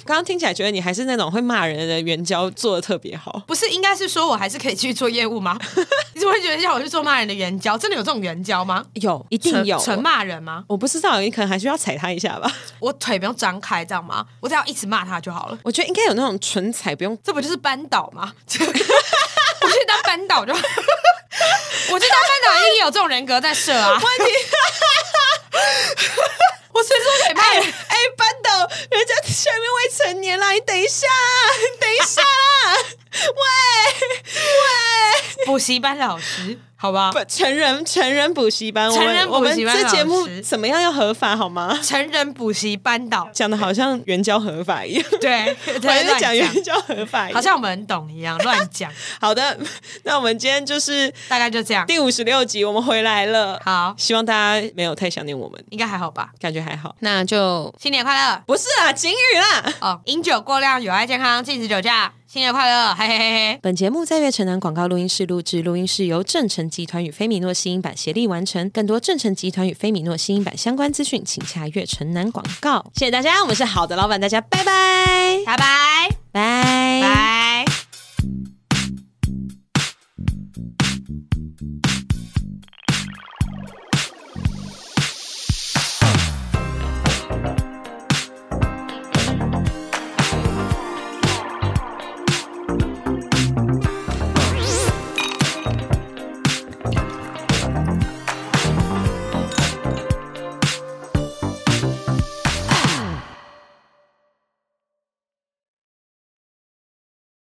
B: 刚刚听起来觉得你还是那种会骂人的援交做的特别好。
C: 不是，应该是说我还是可以去做业务
B: [LAUGHS]
C: 吗？你怎么会觉得叫我去做骂人的援交？真的有这种援交吗？
B: 有，一
C: 纯
B: 定有。
C: 纯骂人吗？
B: 我不知道，你可能还需要踩他一下吧。
C: 我腿不用张开，这样吗？我只要一直骂他就好了。
B: [LAUGHS] 我觉得应该有那种纯踩，不用
C: 这不就是扳倒吗？ [LAUGHS] 我去当扳倒就，我去当扳倒一定也有这种人格在设啊。
B: 问题。
C: [LAUGHS] 我随时都可以骂
B: 哎
C: 人。
B: 哎，班导，人家下面未成年啦，你等一下 [LAUGHS] 啦，你等一下啦，喂喂，
C: 补习班老师，好吧，
B: 不，成人成人补习班，
C: 成人
B: 我们
C: 补习
B: 我
C: 班
B: 们这节
C: 老
B: 目
C: 师
B: 怎么样要合法好吗？
C: 成人补习扳倒，
B: 讲的好像援交合法一样，
C: 对，
B: [LAUGHS] 我还在
C: 乱
B: 讲援交合法一样。
C: 好像我们很懂一样，乱讲，
B: 好的， [LAUGHS] 那我们今天就是
C: 大概就
B: [LAUGHS]
C: 这样。
B: 第五十六集，我们回来了。
C: 好
B: 希望大家没有太想念我们，
C: 应该还好吧？
B: 感觉还好。
C: 那就新年快乐
B: 不是啊，警语啦。
C: 哦！饮酒过量有害健康，禁止酒驾。新年快乐，嘿嘿嘿嘿！
B: 本节目在月城南广告录音室录制，录音室由正成集团与飞米诺吸音版协力完成。更多正成集团与飞米诺吸音版相关资讯，请洽月城南广告。谢谢大家，我们是好的老板，大家拜拜，
C: 拜拜
B: 拜
C: 拜。